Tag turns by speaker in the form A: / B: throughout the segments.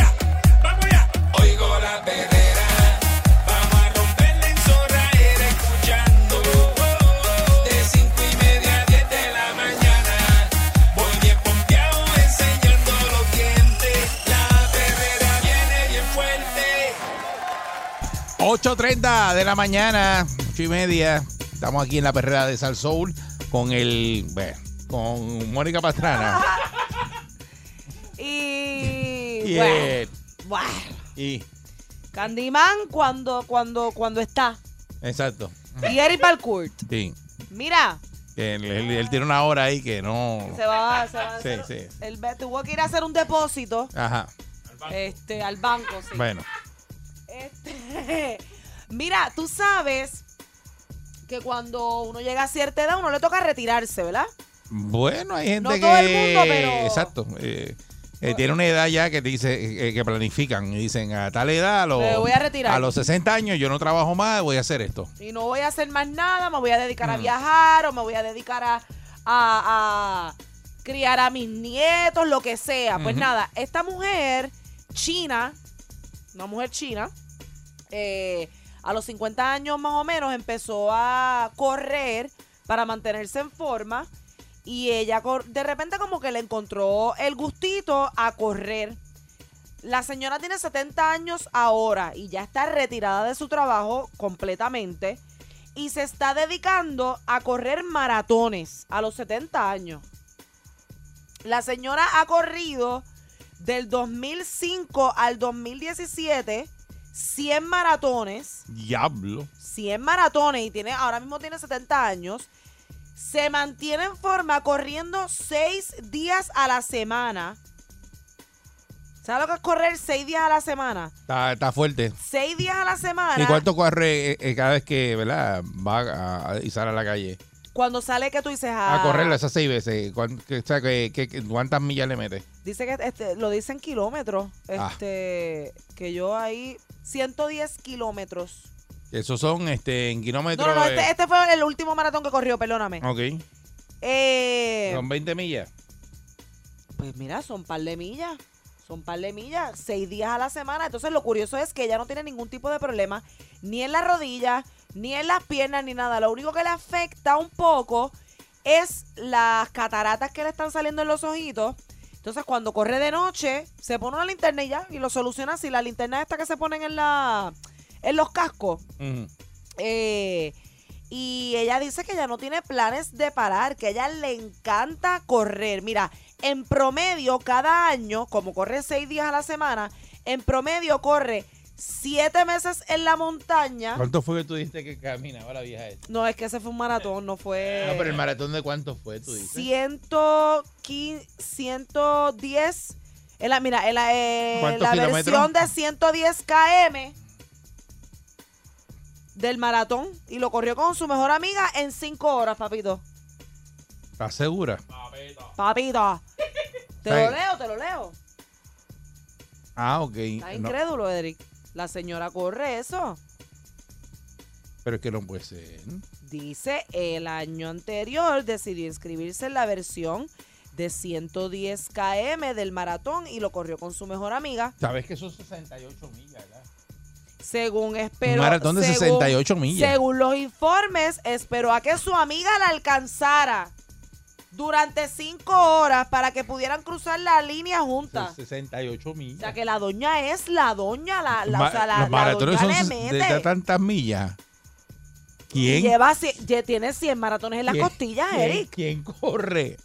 A: este eh,
B: de la mañana, 8 y media. Estamos aquí en la perrera de Sal Soul con el. Bueno, con Mónica Pastrana.
C: y. y bueno, el, bueno. Y. Candyman cuando, cuando, cuando está.
B: Exacto.
C: Y Eric Balcourt.
B: Sí.
C: Mira.
B: Él, él, él, tiene una hora ahí que no.
C: Se va, se va. Sí,
B: sí.
C: Él tuvo que ir a hacer un depósito.
B: Ajá.
C: Al este, al banco, sí.
B: Bueno.
C: Este. Mira, tú sabes que cuando uno llega a cierta edad, uno le toca retirarse, ¿verdad?
B: Bueno, hay gente
C: no
B: que.
C: Todo el mundo, pero...
B: Exacto. Eh, eh, tiene una edad ya que te dice eh, que planifican y dicen a tal edad a los,
C: me voy a, retirar.
B: a los 60 años yo no trabajo más voy a hacer esto
C: y no voy a hacer más nada me voy a dedicar mm. a viajar o me voy a dedicar a, a, a criar a mis nietos lo que sea pues uh -huh. nada esta mujer china una mujer china eh, a los 50 años más o menos empezó a correr para mantenerse en forma y ella de repente como que le encontró el gustito a correr. La señora tiene 70 años ahora y ya está retirada de su trabajo completamente y se está dedicando a correr maratones a los 70 años. La señora ha corrido del 2005 al 2017 100 maratones.
B: Diablo.
C: 100 maratones y tiene, ahora mismo tiene 70 años. Se mantiene en forma corriendo 6 días a la semana. ¿Sabes lo que es correr 6 días a la semana?
B: Está, está fuerte.
C: 6 días a la semana.
B: ¿Y cuánto corre eh, cada vez que ¿verdad? va a, a, y sale a la calle?
C: Cuando sale, que tú dices? "Ah, A,
B: a correrlo esas 6 veces. ¿Qué, qué, qué, ¿Cuántas millas le metes?
C: Dice que este, lo dicen kilómetros. Este, ah. Que yo ahí 110 kilómetros.
B: Esos son este, en kilómetros.
C: No, no, no este, eh... este, fue el último maratón que corrió, perdóname.
B: Ok.
C: Eh,
B: son 20 millas.
C: Pues mira, son par de millas. Son par de millas, seis días a la semana. Entonces lo curioso es que ella no tiene ningún tipo de problema, ni en las rodillas, ni en las piernas, ni nada. Lo único que le afecta un poco es las cataratas que le están saliendo en los ojitos. Entonces, cuando corre de noche, se pone una linterna y ya, y lo soluciona así. La linterna esta que se ponen en la en los cascos. Uh -huh. eh, y ella dice que ya no tiene planes de parar, que a ella le encanta correr. Mira, en promedio, cada año, como corre seis días a la semana, en promedio corre siete meses en la montaña.
B: ¿Cuánto fue que tú dijiste que caminaba la vieja esta?
C: No, es que ese fue un maratón, no fue.
B: No, pero el maratón de cuánto fue, tú dices.
C: 115, 110. En la, mira, en la, eh, la versión de 110 km del maratón y lo corrió con su mejor amiga en 5 horas, papito.
B: ¿Estás segura?
C: Papito. Papito. ¿Te lo leo? ¿Te lo leo?
B: Ah, ok.
C: Está incrédulo, no. Edric. La señora corre eso.
B: Pero es que no puede ser.
C: Dice, el año anterior decidió inscribirse en la versión de 110 km del maratón y lo corrió con su mejor amiga.
B: ¿Sabes que son 68 millas ya?
C: Según esperó.
B: Un maratón de
C: según,
B: 68 millas.
C: Según los informes, esperó a que su amiga la alcanzara durante cinco horas para que pudieran cruzar la línea juntas.
B: 68 millas.
C: O sea que la doña es la doña, la, la, o sea, la,
B: los maratones
C: la
B: doña son le mete. de tantas millas. ¿Quién?
C: Lleva, ya tiene 100 maratones en las costillas,
B: ¿quién,
C: Eric.
B: ¿Quién corre?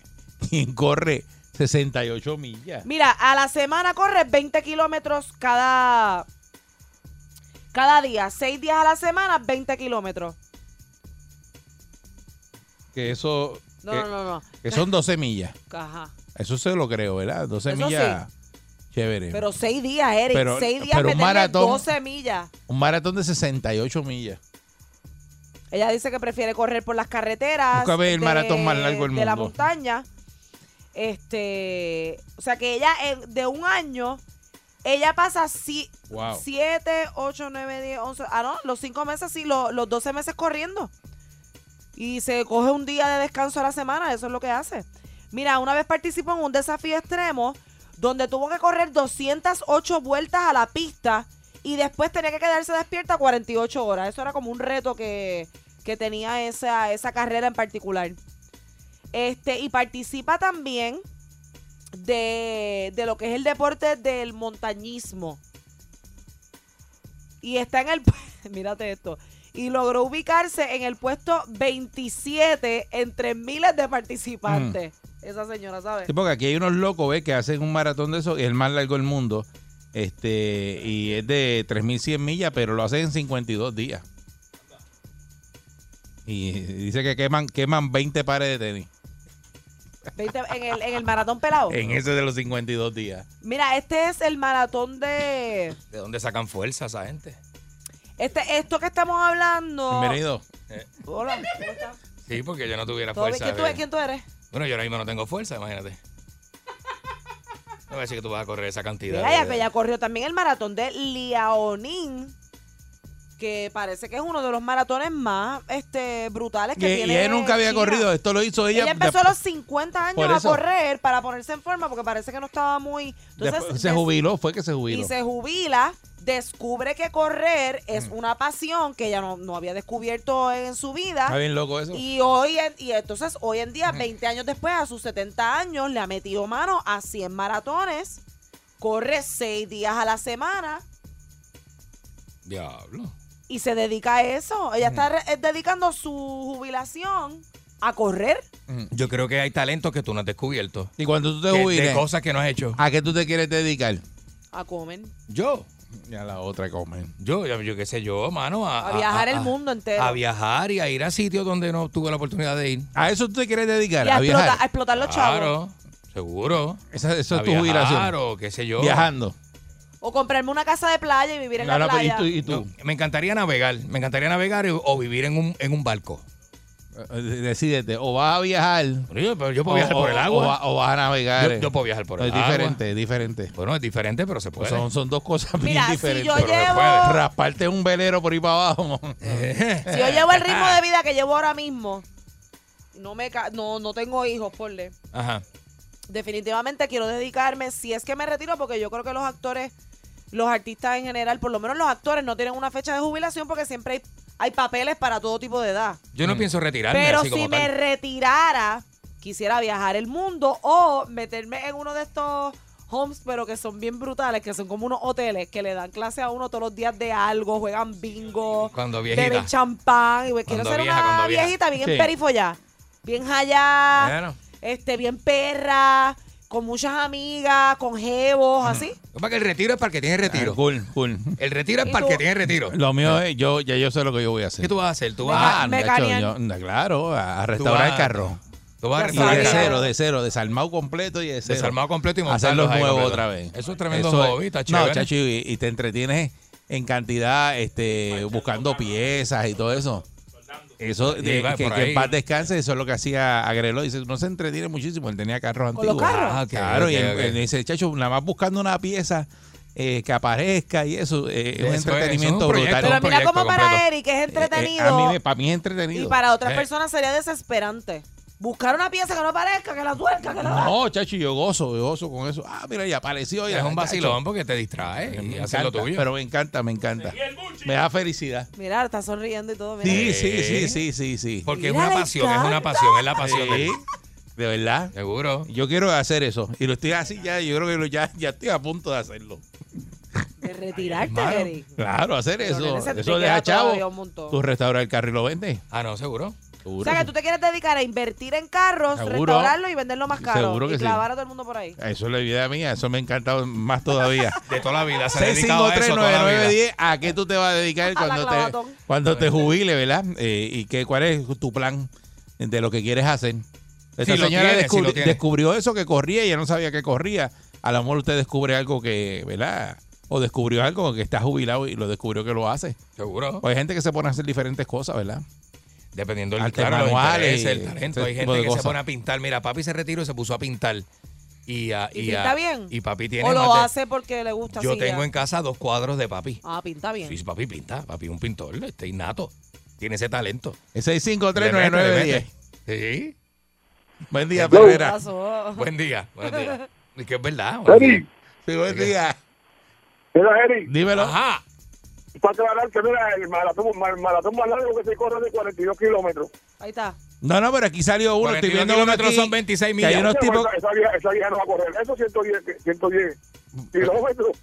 B: ¿Quién corre 68 millas?
C: Mira, a la semana corre 20 kilómetros cada, cada día. Seis días a la semana, 20 kilómetros.
B: Que eso
C: no,
B: que,
C: no, no, no.
B: Que son 12 millas.
C: Ajá.
B: Eso se lo creo, ¿verdad? 12 Eso millas.
C: Sí.
B: Chévere.
C: Pero seis días, Eric.
B: Eh, Pero-
C: seis días
B: pero
C: me
B: un maratón-
C: 12 millas.
B: Un maratón de 68 millas.
C: Ella dice que prefiere correr por las carreteras.
B: Nunca ve el
C: de-
B: maratón más largo del
C: De la
B: mundo.
C: montaña. Este. O sea que ella, en- de un año, ella pasa si,
B: Wow.
C: 7, 8, 9, 10, 11. Ah, no, los 5 meses, sí, lo- los 12 meses corriendo. Y se coge un día de descanso a la semana, eso es lo que hace. Mira, una vez participó en un desafío extremo donde tuvo que correr 208 vueltas a la pista y después tenía que quedarse despierta 48 horas. Eso era como un reto que, que tenía esa, esa carrera en particular. Este, y participa también de, de lo que es el deporte del montañismo y está en el pu- mírate esto y logró ubicarse en el puesto 27 entre miles de participantes. Esa señora, ¿sabes?
B: Sí, porque aquí hay unos locos, ¿ves? Que hacen un maratón de eso, y es el más largo del mundo. Este, y es de 3.100 millas, pero lo hacen en 52 días. Y dice que queman, queman 20 pares de tenis
C: 20 en, el, en el maratón pelado.
B: en ese de los 52 días.
C: Mira, este es el maratón de
D: ¿De dónde sacan fuerza esa gente?
C: este esto que estamos hablando.
B: Bienvenido.
C: Hola, ¿cómo estás?
D: Sí, porque yo no tuviera
C: ¿Todo bien?
D: fuerza.
C: ¿Quién tú
D: de-
C: eres? ¿Quién tú eres?
D: Bueno, yo ahora mismo no tengo fuerza, imagínate. No voy a decir que tú vas a correr esa cantidad.
C: Mira, ella,
D: de-
C: ella corrió también el maratón de Liaoning, que parece que es uno de los maratones más este brutales
B: Y,
C: que tiene.
B: y ella nunca había
C: China.
B: corrido, esto lo hizo ella.
C: Ella empezó a
B: de-
C: los 50
B: por
C: años a
B: eso.
C: correr para ponerse en forma porque parece que no estaba muy... Entonces,
B: después se
C: des-
B: jubiló, fue que se jubiló.
C: Y se jubila, descubre que correr
B: Mm.
C: es una pasión que ella no, no había descubierto en su
B: Está
C: vida.
B: bien loco eso.
C: Y hoy en- y entonces hoy en día, 20 años después, a sus 70 años, le ha metido mano a 100 maratones, corre 6 días a la semana
D: Diablo.
C: y se dedica a eso. Ella está re- eh, dedicando su jubilación a correr.
D: Yo creo que hay talentos que tú no has descubierto.
B: Y cuando tú te
D: Que- de
B: jubiles,
D: cosas que no has hecho.
B: ¿a qué tú te quieres dedicar?
C: A comer.
D: Yo,
B: Y a la otra comen.
D: yo, yo, yo qué sé yo, mano. A,
C: A viajar el mundo entero.
D: A viajar y a ir a sitios donde no tuve la oportunidad de ir.
B: ¿A eso tú te quieres dedicar?
C: y a,
B: ¿A
C: explota- a
B: viajar?
C: explotar los chavos.
D: Claro, seguro.
B: Esa, eso
D: a
B: es tu
D: viajar
B: jubilación.
D: o qué sé yo.
B: Viajando.
C: O comprarme una casa de playa y vivir en
B: No,
C: la
B: no, pero
C: playa.
B: ¿y tú?
D: No,
B: ¿Y tú?
D: me encantaría navegar. Me encantaría navegar y- o vivir en un, en un barco.
B: Eh, Decídete, o vas a viajar.
D: Yo, pero yo
B: o-
D: puedo viajar por
B: o-
D: el
B: O,
D: agua.
B: va- o vas a navegar.
D: yo, yo puedo viajar por
B: No,
D: el
B: es
D: agua.
B: diferente, es diferente.
D: Bueno, es diferente, pero se puede.
B: Son, son dos cosas
C: Mira,
B: bien
C: si
B: diferentes.
C: yo
D: pero se
C: llevo...
D: puede.
B: Rasparte un velero por ahí para abajo.
D: Eh.
C: Si yo llevo el ritmo de vida que llevo ahora mismo, no me ca- no, no tengo hijos, porle.
D: Ajá.
C: Definitivamente quiero dedicarme, si es que me retiro, porque yo creo que los actores, los artistas en general, por lo menos los actores, no tienen una fecha de jubilación porque siempre hay, hay papeles para todo tipo de edad.
D: Yo no
B: Mm.
D: pienso retirarme
C: Pero
D: así
C: si
D: como
C: me
D: tal.
C: retirara, quisiera viajar el mundo o meterme en uno de estos homes, pero que son bien brutales, que son como unos hoteles que le dan clase a uno todos los días de algo, juegan bingo,
D: Cuando
C: beben
D: viejita.
C: champán. Y güey, quiero
D: Cuando
C: ser
D: vieja,
C: una
D: cuando vieja.
C: viejita bien
B: Sí.
C: emperifollada, bien jayá,
D: Bueno,
C: este, bien perra, con muchas amigas, con jevos, así.
D: es para que el retiro es para el que tiene retiro.
B: Ah, Cool, cool.
D: El retiro es
C: ¿Y
D: para el
C: tú?
D: que tiene retiro.
B: Lo mío es, yo ya yo sé lo que yo voy a
D: ¿Qué
B: hacer.
D: tú vas a hacer? Tú
C: Me
D: vas,
C: ca-
B: Ah, de
C: Mecanian.
B: hecho, yo- claro, a
D: tú
B: restaurar
D: vas-
B: el carro.
D: Tú vas a
C: Ya
B: Y de
C: sabía.
D: restaurar
B: cero, de cero, desarmado completo y de cero.
D: Desarmado completo y
B: Hacerlo
D: montarlos ahí
B: nuevo
D: completo.
B: otra vez.
D: Eso es tremendo
B: Eso es-
D: hobby, está
B: No,
D: chévere.
B: chacho, y, y te entretienes en cantidad, este, buscando piezas y todo eso. Eso,
D: Sí,
B: de-
D: va
B: que,
D: por
B: que en
D: ahí.
B: paz descanse, eso es lo que hacía Agrelo. Dice, no se entretiene muchísimo, él tenía carros
C: Con
B: antiguos.
C: los carros.
D: Ah, ok,
B: claro, y
D: ok,
B: él,
D: ok.
B: él dice, chacho, nada más buscando una pieza eh, que aparezca y eso, eh,
D: Eso
B: es un
D: es, eso es
B: entretenimiento
D: un proyecto.
B: brutal.
C: Pero
D: un
C: mira
D: proyecto
C: como para
D: completo.
C: Eric es entretenido.
B: Eh, eh, a mí me- para mí es entretenido.
C: y para otras
D: Eh.
C: personas sería desesperante. Buscar una pieza que no parezca, que la tuerca, que la...
B: No, chacho, yo gozo, yo gozo con eso. Ah, mira, y apareció. Y
D: Es un
B: chacho,
D: vacilón porque te distrae
B: Me
D: y haces lo
B: encanta,
D: tuyo.
B: Pero me encanta, me encanta. Me da felicidad. Eh,
C: Mira, está sonriendo y todo. Mira.
B: Sí, sí,
D: Sí.
B: sí, sí, sí, sí.
D: porque es
C: Mira,
D: una
C: le
D: pasión, es una
C: encanta.
D: pasión, es la pasión.
B: Sí,
D: del-
B: de verdad.
D: Seguro.
B: Yo quiero hacer eso. Y lo estoy así ya, yo creo que lo- ya, ya estoy a punto de hacerlo.
C: De retirarte,
D: Hermano.
C: Eric.
B: Claro, hacer
C: Pero
B: eso.
C: nene, se te
B: eso
C: queda
B: deja
C: todavía un
B: chavo.
C: montón.
B: Tú restauras el carro y lo vendes.
D: Ah, no, seguro.
C: O sea, que tú te quieres dedicar a invertir en carros,
B: Seguro.
C: restaurarlo y venderlo más caro.
B: Seguro que
C: y
B: sí.
C: clavar a todo el mundo por ahí.
B: Eso es la idea mía. Eso me ha encantado más todavía.
D: De toda la vida. Se ha dedicado a eso toda la vida.
B: 6539910, ¿a qué tú te vas a dedicar
C: A la
B: cuando
C: clavatón.
B: te, cuando te jubile, verdad? Eh, ¿Y qué, cuál es tu plan de lo que quieres hacer? Esa
D: Si lo
B: señora
D: tienes, si
B: descubri-
D: lo tienes.
B: descubrió eso que corría y ella no sabía que corría. a lo mejor usted descubre algo que, ¿verdad? O descubrió algo que está jubilado y lo descubrió que lo hace.
D: Seguro.
B: O hay gente que se pone a hacer diferentes cosas, ¿verdad?
D: Dependiendo del
B: Artes
D: claro, los
B: manuales,
D: intereses, el talento.
B: ese
D: Hay
B: tipo
D: gente
B: de
D: que
B: cosas.
D: se pone a pintar. Mira, papi se retiró y se puso a pintar. Y, ah,
C: ¿Y
D: ah,
C: pinta bien?
D: Y papi
B: Eh,
D: tiene.
C: O lo
D: más de-
C: hace porque le gusta
D: Yo
C: así ya.
D: tengo en casa dos cuadros de papi.
C: Ah, pinta bien.
D: Sí, papi pinta. Papi es un pintor, este innato. Tiene ese talento.
B: El
D: Le mete, le
B: 6539910.
D: mete. Sí.
B: Buen día,
E: Hello.
C: ¿Qué
B: Perrera.
C: pasó?
D: Buen día. Buenos días. Es que es verdad. buenos
E: Eri,
D: días.
B: Sí, buen día.
E: mira, Eri,
B: Dímelo.
D: Ajá.
E: para aclarar que mira, el maratón, el maratón más largo que se corre es de 42 kilómetros.
C: Ahí está.
B: No, no, pero aquí salió uno. Estoy
D: 42
B: viendo uno
D: kilómetros
B: aquí,
D: son 26
B: que hay
D: millas.
B: unos
E: Esa-
B: tipos-
E: esa, vieja, esa vieja no va a correr. Eso 110, que- 110 kilómetros.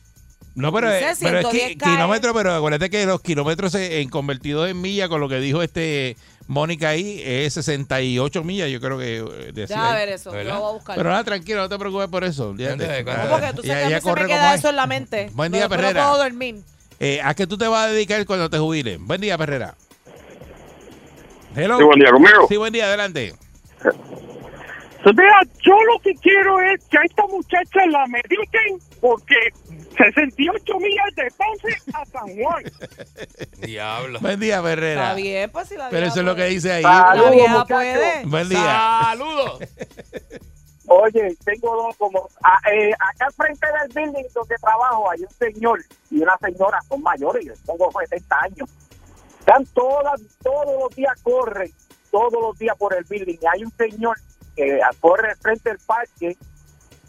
B: No, pero,
C: Dice
B: eh, pero es
C: 110
B: que
C: cae.
B: kilómetros, pero acuérdate que los kilómetros se- en convertidos en millas, con lo que dijo este Mónica ahí, es 68 millas, yo creo que eh, decía.
C: Ya a
B: ahí.
C: ver eso.
D: ¿Verdad?
C: Yo lo voy a buscar.
B: Pero ah, nada, tranquilo, no te preocupes por eso. olvídate.
D: Gente, ¿cuánto?
B: Ah,
D: ¿Cómo
C: porque tú sabes que
B: ya- ya
C: a mí se
B: corre
C: me
B: como
C: queda
B: es.
C: eso en la mente.
B: Buen
C: No-
B: día,
C: no
B: Perrera.
C: puedo dormir.
B: Eh, ¿A qué tú te vas a dedicar cuando te jubiles? Buen día, Perrera. Hello.
E: Sí, buen día, conmigo.
B: Sí, buen día, adelante.
F: Vea, Pues yo lo que quiero es que a esta muchacha la mediquen porque 68 millas de Ponce a San Juan.
D: Diablo.
B: Buen día, Perrera.
C: Está bien, pues si la
B: Pero
C: vieja
B: eso es lo que
C: puede.
B: dice ahí.
C: La
E: Saludos,
C: vieja
E: muchachos.
C: puede.
B: Buen día.
D: Saludos.
F: Oye, tengo dos como... a- eh, acá frente del building donde trabajo hay un señor y una señora, son mayores, yo tengo 70 años. Están todas, todos los días corren, todos los días por el building. Y hay un señor que corre frente al parque,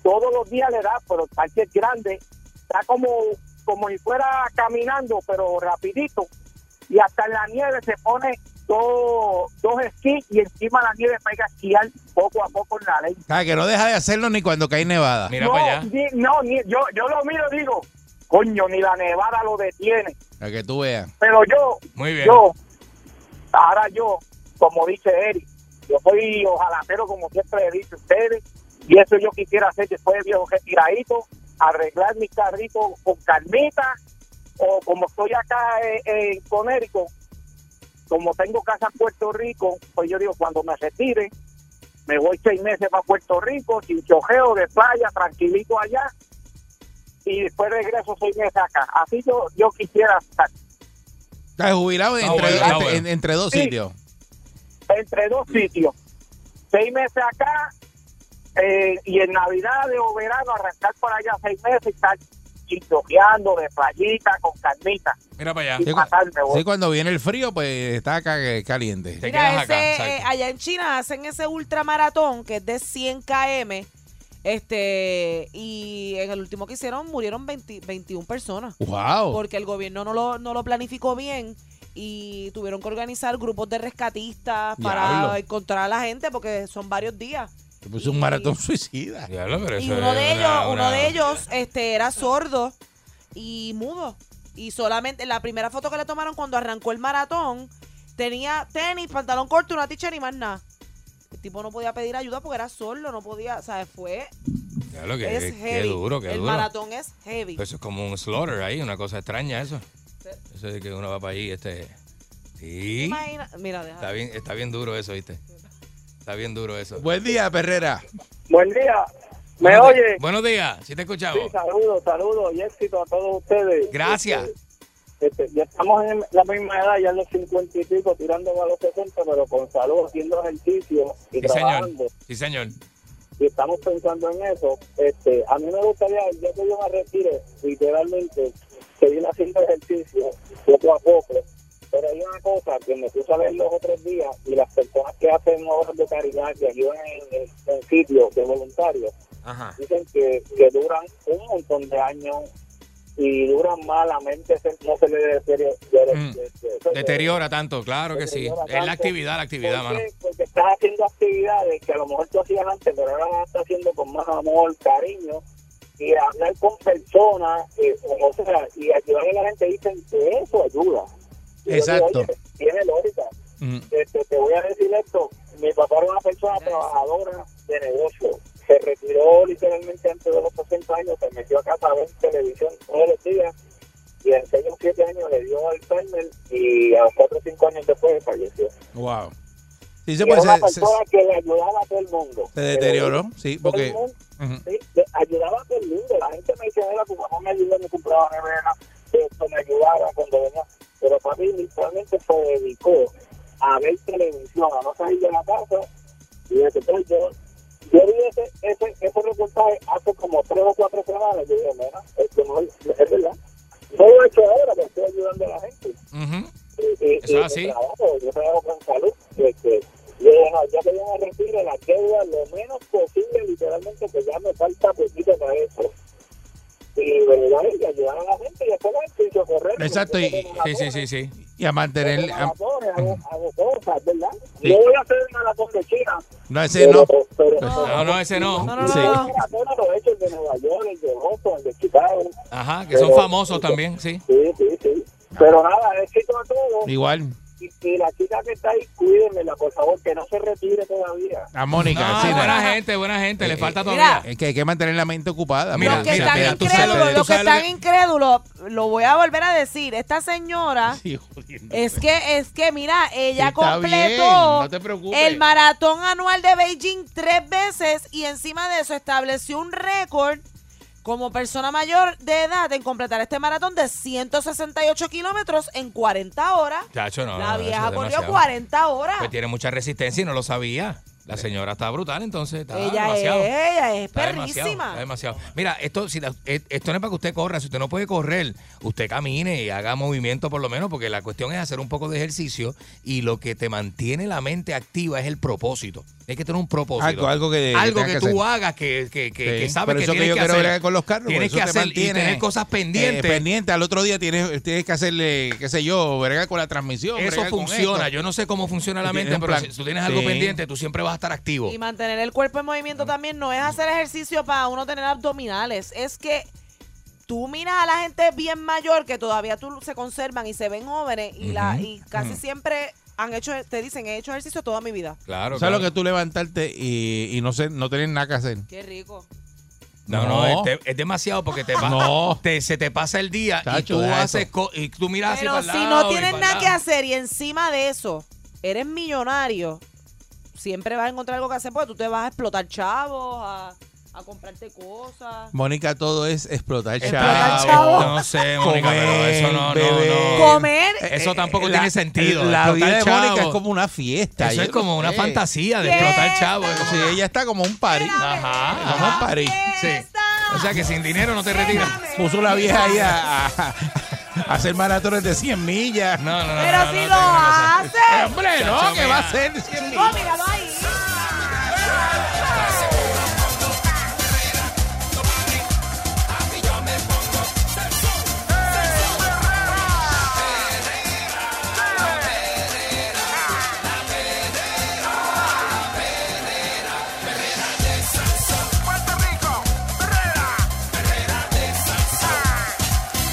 F: todos los días le da, pero el parque es grande, está como, como si fuera caminando, pero rapidito. Y hasta en la nieve se pone dos, dos esquís y encima la nieve pega a esquiar poco a poco en la ley.
B: Ah, que no deja de hacerlo ni cuando cae nevada.
D: Mira
F: no,
D: para allá.
F: ni- no, ni- yo, yo lo miro y digo, coño, ni la nevada lo detiene.
B: Para que tú veas.
F: Pero yo,
D: Muy bien.
F: yo, ahora yo, como dice Eric, yo soy ojalatero, como siempre he dicho a ustedes, y eso yo quisiera hacer después de viejo retiradito, arreglar mi carrito con carnita, o como estoy acá eh, en Conérico, como tengo casa en Puerto Rico, pues yo digo, cuando me retire, me voy seis meses para Puerto Rico, sin chojeo de playa, tranquilito allá, y después regreso seis meses acá. Así yo, yo quisiera estar.
B: Estás jubilado
D: Está
B: entre,
D: bueno, está
B: entre-
D: bueno.
B: en- entre dos
F: Sí.
B: sitios.
F: entre dos sitios. Seis meses acá eh, y en Navidades o verano arrancar por allá seis meses y estar chintoqueando de playita con carnita
D: Mira para
F: y
D: allá.
B: Sí, cu-
F: pasarme. bo-
B: Sí, cuando viene el frío, pues está acá eh, caliente.
D: Te
C: Mira, ese,
D: quedas acá.
C: eh,
D: exacto.
C: allá en China hacen ese ultramaratón que es de 100 km. Este, y en el último que hicieron murieron 20 21 personas
D: Oh.
B: ¡Wow!
C: porque el gobierno no lo, no lo planificó bien y tuvieron que organizar grupos de rescatistas para
B: Diablo.
C: encontrar a la gente porque son varios días.
B: Pues un maratón suicida.
D: Diablo, pero
C: Y
D: eso
C: uno
D: es
C: de
D: una-
C: ellos, uno
D: una-
C: de ellos este, era sordo y mudo. Y solamente la primera foto que le tomaron cuando arrancó el maratón tenía tenis, pantalón corto, una t-shirt y más nada. El tipo no podía pedir ayuda porque era sordo, no podía, o sea, fue,
D: Diablo, que,
C: es
D: que- que
C: heavy.
D: duro, que
C: el
D: duro. Pues
C: maratón es heavy.
D: Eso es como un slaughter ahí, una cosa extraña eso. Eso de que uno va para ahí, este. Sí.
C: Imagina- mira, deja.
D: Está bien, está bien duro eso, ¿viste? Está bien duro eso.
B: Buen día, Perrera.
F: Buen día. ¿Me
D: Buenos di-
F: oye?
D: Buenos días, sí te escuchamos.
F: Sí, saludos, saludos y éxito a todos ustedes.
D: Gracias.
F: Este, ya estamos en la misma edad, ya en los 50 y pico, tirando a los 60, pero con salud, haciendo ejercicio y
D: Sí, señor.
F: trabajando.
D: Sí, señor.
F: y estamos pensando en eso, este, a mí me gustaría, ya que yo me retire, literalmente, seguir haciendo ejercicio poco a poco, pero hay una cosa que me puse a ver los otros días y las personas que hacen obras de caridad, que ayudan en, en, en sitios de voluntarios,
D: Ajá.
F: dicen que, que duran un montón de años y duran malamente, no se le deteriora.
D: Mm. Deteriora tanto, claro que sí.
F: Deteriora
D: Es la
F: tanto.
D: actividad, la
F: ¿Por
D: actividad,
F: qué?
D: mano.
F: Porque estás haciendo actividades que a lo mejor tú hacías antes, pero ahora las estás haciendo con más amor, cariño, y hablar con personas, eh, o sea, y ayudar a la gente, dicen que eso ayuda. Y yo
B: Exacto.
F: oye, tiene lógica.
B: Mm.
F: Este, te voy a decir esto, mi papá era una persona trabajadora de negocio, se retiró literalmente antes de los 60 años, se metió a casa a ver televisión todos los días, y en 6 o 7 años le dio Alzheimer y a 4 o 5 años después falleció.
B: Wow. Sí, se,
F: Y era
B: pues,
F: una
B: se- se-
F: persona que le ayudaba a todo el mundo.
B: se deterioró, sí,
F: Todo el
B: porque
F: mundo,
D: Ujú.
G: ¿sí? Le ayudaba todo el mundo. La gente me decía, mira, tu mamá me ayudó, me compraba nevera, esto me ayudaba cuando venía. Pero papi literalmente se dedicó a ver televisión, a no salir de la casa. Y desde entonces yo, yo vi ese, ese, ese reportaje hace como tres o cuatro semanas. Yo dije, mira, esto no es, es verdad. No lo he hecho ahora, pero estoy ayudando a la gente.
D: Ujú.
G: Y- y-
D: Eso
G: y
D: es así.
G: mi trabajo, Yo trabajo con salud. Este, yo dije, no, ya que yo me retire la deuda lo menos posible, literalmente, que ya me falta poquito para eso. Y verdad, y ayudar a la gente y hacer el ejercicio correcto.
B: Exacto, y-
G: Yo tengo
D: Sí, sí,
G: maratones,
D: sí, sí.
B: Y a mantener.
G: tengo
B: a-
G: maratones, hago, hago cosas, ¿verdad?
B: Sí.
G: No voy a hacer el maratón de China.
B: no, ese no.
G: pero- pero-
D: No, no, ese no.
C: No, no, no.
B: Sí.
G: Los maratones los he hecho el de Nueva York, el de Boston, el de Chicago.
D: Ajá, que son
G: Pero-
D: famosos también, sí.
G: Sí, sí, sí. Pero nada, éxito a todos.
B: Igual.
G: y, y la chica que está ahí, cuídenmela, por favor, que no se retire todavía.
B: A Mónica.
D: No,
B: sí, no.
D: buena gente, buena gente, le
B: Eh,
D: falta
B: eh,
D: todavía.
B: Es que hay que mantener la mente ocupada.
D: Mira,
C: los que
D: mira,
C: están
D: mira, tú sabes-
C: incrédulos,
D: tú
C: los que
D: sabes lo
C: están
D: que-
C: incrédulos, lo voy a volver a decir. Esta señora
B: Sí, jodiendo.
C: es que, es que, mira, ella
B: Está bien,
C: completó
B: no te preocupes.
C: el maratón anual de Beijing tres veces y encima de eso estableció un récord como persona mayor de edad en completar este maratón de 168 kilómetros en 40 horas.
D: Chacho, no, no,
C: la
D: eso
C: vieja
D: es
C: corrió
D: demasiado.
C: 40 horas.
D: Pues tiene mucha resistencia y no lo sabía. La señora está brutal, entonces está
C: Ella es,
D: demasiado.
C: ella es
D: Está demasiado,
C: perrísima.
D: está demasiado. Mira, esto, si la- eh, esto no es para que usted corra. Si usted no puede correr, usted camine y haga movimiento por lo menos, porque la cuestión es hacer un poco de ejercicio y lo que te mantiene la mente activa es el propósito. Hay que tener un propósito.
B: Algo- algo que-
D: Algo
B: que
D: que,
B: tengas que
D: tú
B: hacer.
D: hagas que, que, que,
B: Sí,
D: que sabes
B: por
D: que
B: eso
D: tienes
B: yo
D: que
B: quiero
D: hacer.
B: bregar con los carros. por
D: Tienes
B: eso
D: que
B: te
D: hacer y
B: mantienes,
D: tener cosas pendientes.
B: eh, pendiente. Al otro día tienes, tienes que hacerle, qué sé yo, bregar con la transmisión.
D: Eso
B: bregar con
D: funciona.
B: esto.
D: Yo no sé cómo funciona la
B: Tú tienes
D: mente,
B: un
D: pero
B: plan.
D: si tú tienes algo
B: Sí.
D: pendiente, tú siempre vas a estar activo.
C: Y mantener el cuerpo en movimiento también no es hacer ejercicio para uno tener abdominales, es que tú miras a la gente bien mayor que todavía tú se conservan y se ven jóvenes y la
D: Ujú.
C: y casi siempre han hecho te dicen he hecho ejercicio toda mi vida.
D: Claro,
B: ¿Sabes
D: claro.
B: lo que tú levantarte y, y no, sé, no tener nada que hacer?
C: Qué rico.
D: No, no,
B: No.
D: Es, te- es demasiado porque te, va-
B: No.
D: te- se te pasa el día y
B: Chacho,
D: tú
B: deja
D: haces
B: eso.
D: co- y tú miras
C: Pero
D: así para
C: si
D: el
C: no
D: lado y
C: tienes
D: para
C: nada
D: el
C: que
D: lado.
C: hacer y encima de eso eres millonario, siempre vas a encontrar algo que hacer porque tú te vas a explotar chavos, a, a comprarte cosas.
B: Mónica, todo es explotar,
C: Explotar
B: chavo.
C: chavo.
D: No sé, Mónica, pero eso no, no,
B: beber.
D: no.
C: Comer
D: Eso tampoco
B: Eh,
D: tiene
B: la-
D: sentido.
B: La
D: Explotar
B: vida de
D: chavo.
B: Mónica es como una fiesta.
D: Eso
B: yo
D: es como
B: no
D: una
B: sé.
D: fantasía de
C: ¿Qué?
D: explotar chavo. Es como-
B: Sí, ella está como un party.
D: Ajá.
B: Como un party.
D: Sí. O sea que sin dinero no te retiras.
B: Puso la vieja ahí a, a- a hacer maratones de 100 millas.
D: No, no, no.
C: Pero
D: no, no,
C: si
D: no,
C: lo
D: no, no, no.
C: haces.
B: Hombre, no,
D: Chacho,
B: que
D: mira.
B: va a ser 100
C: Oh,
B: millas.
C: míralo ahí.
A: Puerto Rico, Herrera, Herrera de salsa.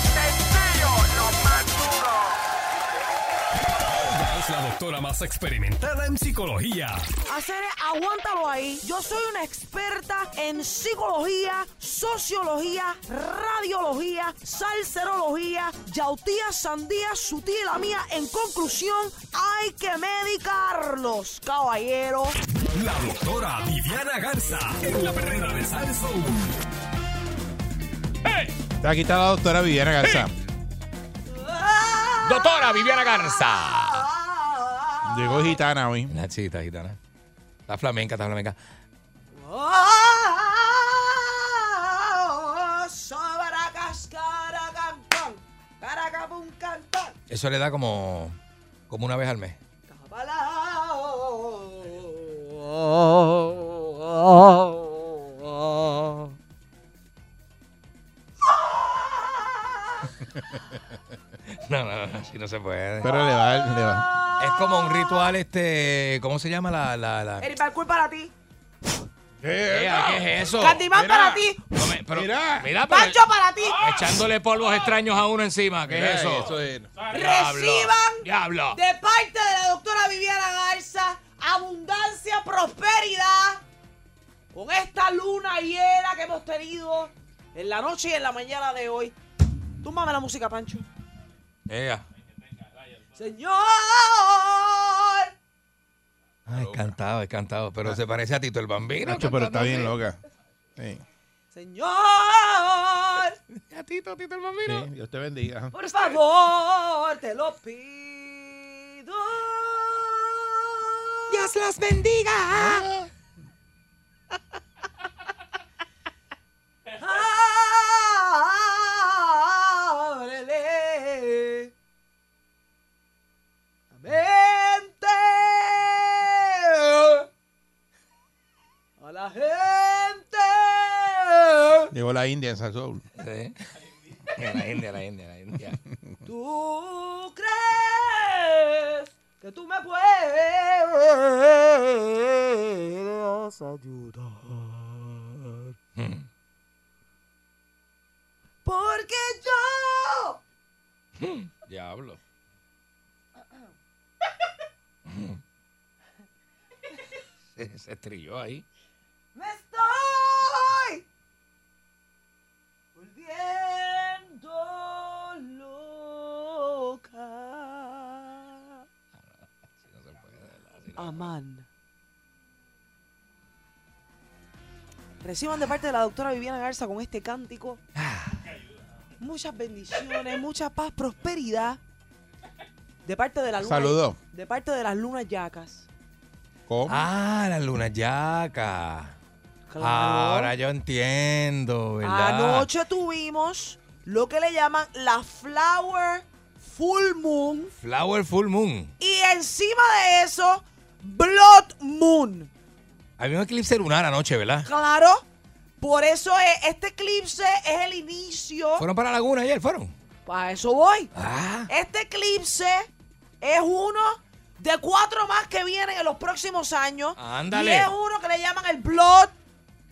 A: Sencillo, lo más duro.
H: Ella es la doctora más experimentada en psicología.
C: Hacer, aguántalo ahí. Yo soy una experta en psicología, sociología, radiología, salserología, yautía, sandía, su tía y la mía. En conclusión, hay que medicarlos, caballero.
H: La doctora Viviana Garza en la perrera de Salsoul.
B: Aquí está la doctora Viviana Garza.
D: Doctora Viviana
C: Ah,
D: Garza.
B: Llegó gitana hoy.
D: Una chita gitana. Está flamenca, está flamenca. Eso le da como, como una vez al mes. No, no, no, así no se puede.
B: Pero le va, le va.
D: es como un ritual, este, ¿cómo se llama la, la, la?
C: El balcón para ti.
D: Ea, ¿Qué es eso?
C: Candyman
D: Mira,
C: para ti.
D: no me- pero-
B: Mira.
D: mira, pero-
C: Pancho para ti.
D: echándole polvos extraños a uno encima, ¿qué es eso?
B: es-
D: Diablo,
C: Reciban
D: Diablo.
C: de parte de la doctora Viviana Garza abundancia, prosperidad con esta luna llena que hemos tenido en la noche y en la mañana de hoy. Túmbame la música, Pancho.
D: Ea.
C: Señor.
D: Ay, Ah, cantado, he cantado, pero se parece a Tito el Bambino.
B: Nacho, pero
D: cantando
B: está bien
D: así.
B: loca. Sí.
C: Señor,
D: Gatito, Tito el
B: Sí,
D: Bambino.
B: Dios te bendiga.
C: por favor, te lo pido.
D: Dios las bendiga.
C: Ábrele la mente a la gente.
B: Llegó la India en Salsoul.
D: Sí. A la India, a la India, a la India.
C: ¿Tú crees que tú me puedes ayudar?
D: Hmm.
C: Porque yo
D: Diablo. se, se estrilló ahí.
C: me estoy volviendo loca. Amán. Reciban de parte de la doctora Viviana Garza con este cántico. Muchas bendiciones, mucha paz, prosperidad. De parte de la luna.
B: Saludó.
C: De parte de las lunas yacas.
B: ¿Cómo?
D: Ah, la luna yaca.
C: Claro.
D: Ahora yo entiendo, ¿verdad?
C: Anoche tuvimos lo que le llaman la Flower Full Moon.
D: Flower Full Moon.
C: Y encima de eso, Blood Moon.
D: Había un eclipse lunar anoche, ¿verdad?
C: Claro. Por eso es- este eclipse es el inicio.
D: ¿Fueron para la laguna ayer? ¿Fueron?
C: Para eso voy.
D: Ah.
C: Este eclipse es uno de cuatro más que vienen en los próximos años.
D: Ándale.
C: Y es uno que le llaman el Blood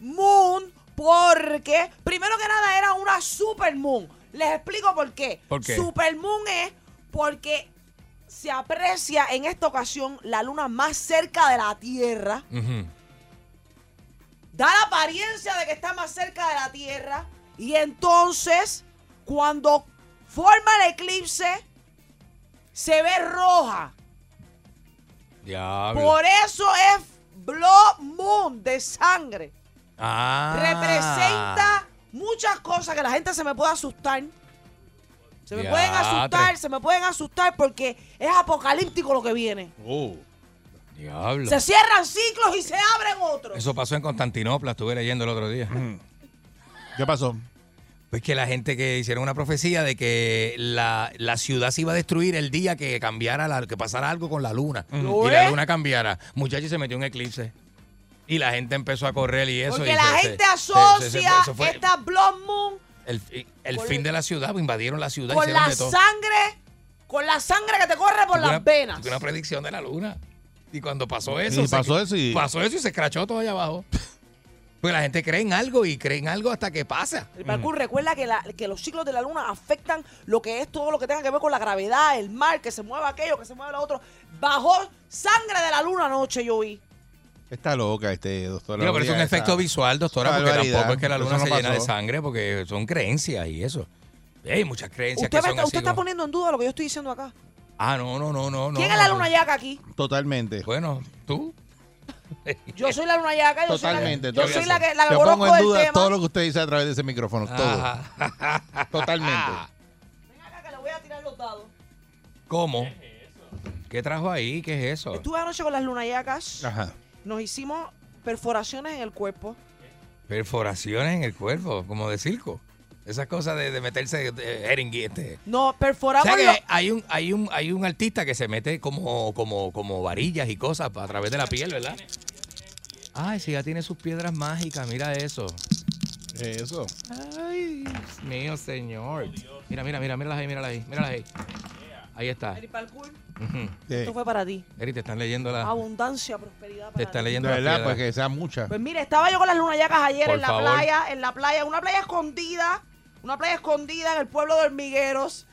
C: Moon porque, primero que nada, era una super moon. Les explico por qué.
D: ¿Por qué?
C: Super moon es porque se aprecia en esta ocasión la luna más cerca de la Tierra
D: Ujú.
C: da la apariencia de que está más cerca de la Tierra. Y entonces, cuando forma el eclipse, se ve roja.
D: Diablo.
C: Por eso es Blood Moon de sangre.
D: Ah.
C: Representa muchas cosas que la gente se me puede asustar. Se me pueden
D: Diatre.
C: asustar, se me pueden asustar porque es apocalíptico lo que viene.
B: Oh.
D: Diablo.
C: Se cierran ciclos y se abren otros.
D: Eso pasó en Constantinopla, estuve leyendo el otro día.
B: ¿Qué pasó?
D: Pues que la gente que hicieron una profecía de que la, la ciudad se iba a destruir el día que cambiara, la, que pasara algo con la luna.
C: ¿Lo
D: Y la
C: es?
D: luna cambiara. Muchachos, se metió un eclipse. Y la gente empezó a correr y eso.
C: Porque
D: y
C: la
D: se- se-
C: gente
D: se-
C: asocia
D: se- se- eso fue
C: esta Blood Moon
D: El, fi- el
C: con-
D: fin de la ciudad, pues, invadieron la ciudad.
C: con
D: hicieron
C: la
D: de todo.
C: sangre, con la sangre que te corre por
D: Fue
C: las
D: una-
C: venas.
D: fue Una predicción de la luna. Y cuando pasó eso.
B: Y
D: se-
B: pasó eso y-
D: Pasó eso y se crachó todo allá abajo. Pues la gente cree en algo y cree en algo hasta que pasa.
C: El parkour recuerda que, la- que los ciclos de la luna afectan lo que es todo lo que tenga que ver con la gravedad, el mar, que se mueva aquello, que se mueva lo otro. Bajó sangre de la luna anoche, yo vi.
B: Está loca este doctor.
D: Digo, pero es un efecto visual, doctora, porque
B: barbaridad.
D: tampoco es que la luna
B: Eso no
D: se llena de
B: pasó.
D: sangre, porque son creencias y eso. Hay muchas creencias
C: Usted,
D: que
C: me
D: son
C: está,
D: así
C: usted está
D: como-
C: poniendo en duda lo que yo estoy diciendo acá.
D: Ah, no, no, no, no.
C: ¿Quién
D: no,
C: es la
D: no.
C: luna yaca aquí?
B: Totalmente.
D: Bueno, tú.
C: Yo soy la luna yaca. Yo
B: Totalmente.
C: Soy la, yo soy la que la que
B: Yo pongo
C: conozco
B: en
C: del
B: duda
C: tema.
B: todo lo que usted dice a través de ese micrófono. Todo.
D: Ajá.
B: Totalmente.
C: Ven acá que le voy a tirar los dados.
D: ¿Cómo? ¿Qué, trajo ahí? ¿Qué es eso?
C: Estuve anoche con las lunayacas.
B: Ajá.
C: Nos hicimos perforaciones en el cuerpo.
D: Perforaciones en el cuerpo, como de circo. Esas cosas de, de meterse de- este. jeringuete.
C: No,
D: O
C: perforamos
D: sea que
C: los-
D: hay- hay un, hay un, hay un artista que se mete como, como, como varillas y cosas a través de la piel, ¿verdad? Ay, sí, ya tiene sus piedras mágicas, mira eso.
B: Eso.
D: Ay, Dios mío, señor. Mira, mira, mira, míralas ahí, míralas ahí, míralas ahí. Ahí está.
C: El parkour,
D: Ujú.
B: Sí.
C: esto fue para ti.
D: Eri, te están leyendo la.
C: Abundancia, prosperidad
D: Ah. Te
C: para
D: están
C: ti.
B: De
D: leyendo la
B: verdad,
D: piedra.
B: pues que sea mucha.
C: Pues mire, estaba yo con las lunayacas ayer
D: Por
C: en la
D: favor.
C: playa, en la playa, una playa escondida, una playa escondida en el pueblo de Hormigueros.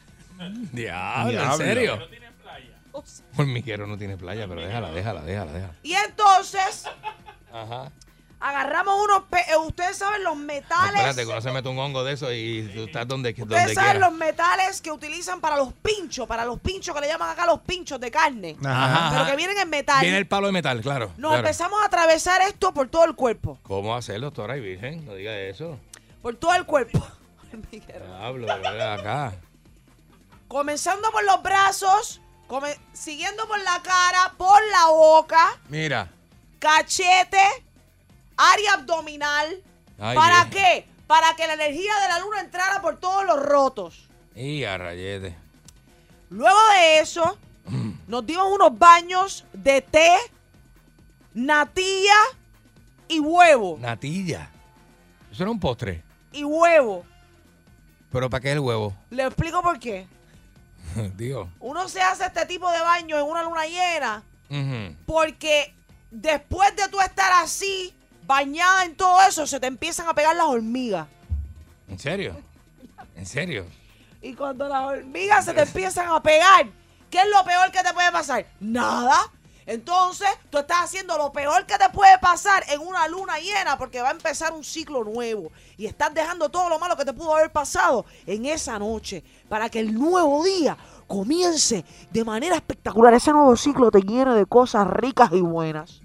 D: Diablo, Pues
B: Diablo.
D: ¿en serio? Hormiguero no tiene playa, pero déjala, déjala, déjala, déjala.
C: Y entonces,
D: Ajá.
C: agarramos unos. pe- eh, ustedes saben los metales.
D: Espérate, que uno se mete un hongo de eso y tú estás donde, donde
C: Ustedes saben
D: quieras.
C: los metales que utilizan para los pinchos, para los pinchos que le llaman acá los pinchos de carne.
B: Ajá.
C: Pero que vienen en metal.
D: Viene el palo de metal, claro.
C: Nos
D: claro.
C: empezamos a atravesar esto por todo el cuerpo.
D: ¿Cómo hacerlo, doctora y virgen? No diga eso.
C: Por todo el cuerpo. Ay, Miguel.
D: Hablo, acá.
C: Comenzando por los brazos, come- siguiendo por la cara, por la boca,
D: Mira.
C: cachete, área abdominal.
D: Ay,
C: ¿Para
D: Dios.
C: qué? Para que la energía de la luna entrara por todos los rotos.
D: Y a rayete.
C: Luego de eso, nos dimos unos baños de té, natilla y huevo.
D: Natilla. Eso era un postre.
C: Y huevo.
D: Pero ¿para qué el huevo?
C: Le explico por qué.
D: Dios.
C: Uno se hace este tipo de baño en una luna llena
D: Ujú.
C: porque después de tú estar así, bañada en todo eso, se te empiezan a pegar las hormigas.
D: ¿En serio? ¿En serio?
C: Y cuando las hormigas se te empiezan a pegar, ¿qué es lo peor que te puede pasar? Nada. Entonces, tú estás haciendo lo peor que te puede pasar en una luna llena porque va a empezar un ciclo nuevo. Y estás dejando todo lo malo que te pudo haber pasado en esa noche para que el nuevo día comience de manera espectacular. Ese nuevo ciclo te llena de cosas ricas y buenas.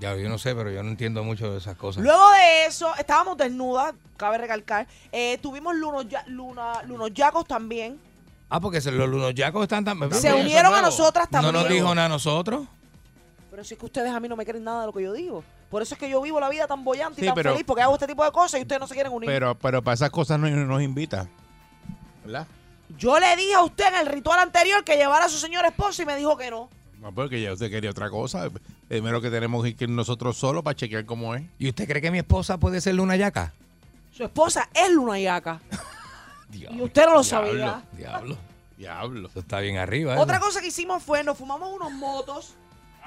D: Ya, yo no sé, pero yo no entiendo mucho de esas cosas.
C: Luego de eso, estábamos desnudas, cabe recalcar. Eh, tuvimos lunos, ya- luna, lunos yacos también.
D: Ah, porque se- los lunoyacos están tan...
C: Se unieron a nosotras
D: No
C: también.
D: nos dijo nada a nosotros.
C: Pero si es que ustedes a mí no me creen nada de lo que yo digo. Por eso es que yo vivo la vida tan bollante
B: Sí,
C: y tan
B: pero-
C: feliz, porque hago este tipo de cosas y ustedes no se quieren unir.
B: Pero, pero para esas cosas no no nos invita. ¿Verdad?
C: yo le dije a usted en el ritual anterior que llevara a su señor esposo y me dijo que no.
B: No, porque ya usted quería otra cosa. Primero que tenemos que ir nosotros solos para chequear cómo es.
D: ¿Y usted cree que mi esposa puede ser luna yaca?
C: Su esposa es Luna Yaca.
D: Diablo.
C: Y usted no lo
D: diablo,
C: sabía.
D: Diablo.
B: Diablo.
D: Eso está bien arriba.
C: Otra
D: eso.
C: cosa que hicimos fue, nos fumamos unos motos.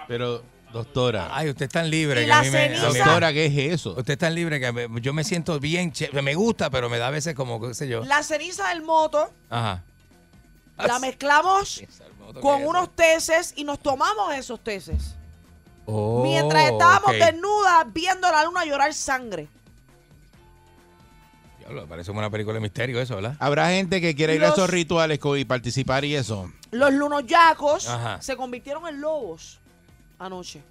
B: Pero, doctora,
D: Ay, usted es tan libre
C: Y
D: que
C: la
D: a mí me... a mí me-
C: ceniza.
B: doctora, ¿qué es eso?
D: Usted es tan libre que me- yo me siento bien, che- me gusta, pero me da a veces como, qué sé yo.
C: La ceniza del moto
D: Ajá.
C: la mezclamos con unos teces y nos tomamos esos teces.
D: Oh,
C: Mientras estábamos
D: ok.
C: desnudas viendo a la luna llorar sangre.
D: Diablo, parece una película de misterio eso, ¿verdad?
B: Habrá gente que quiera ir a
C: Los-
B: esos rituales co- y participar y eso.
C: Los lunoyacos
D: Ajá.
C: se convirtieron en lobos anoche.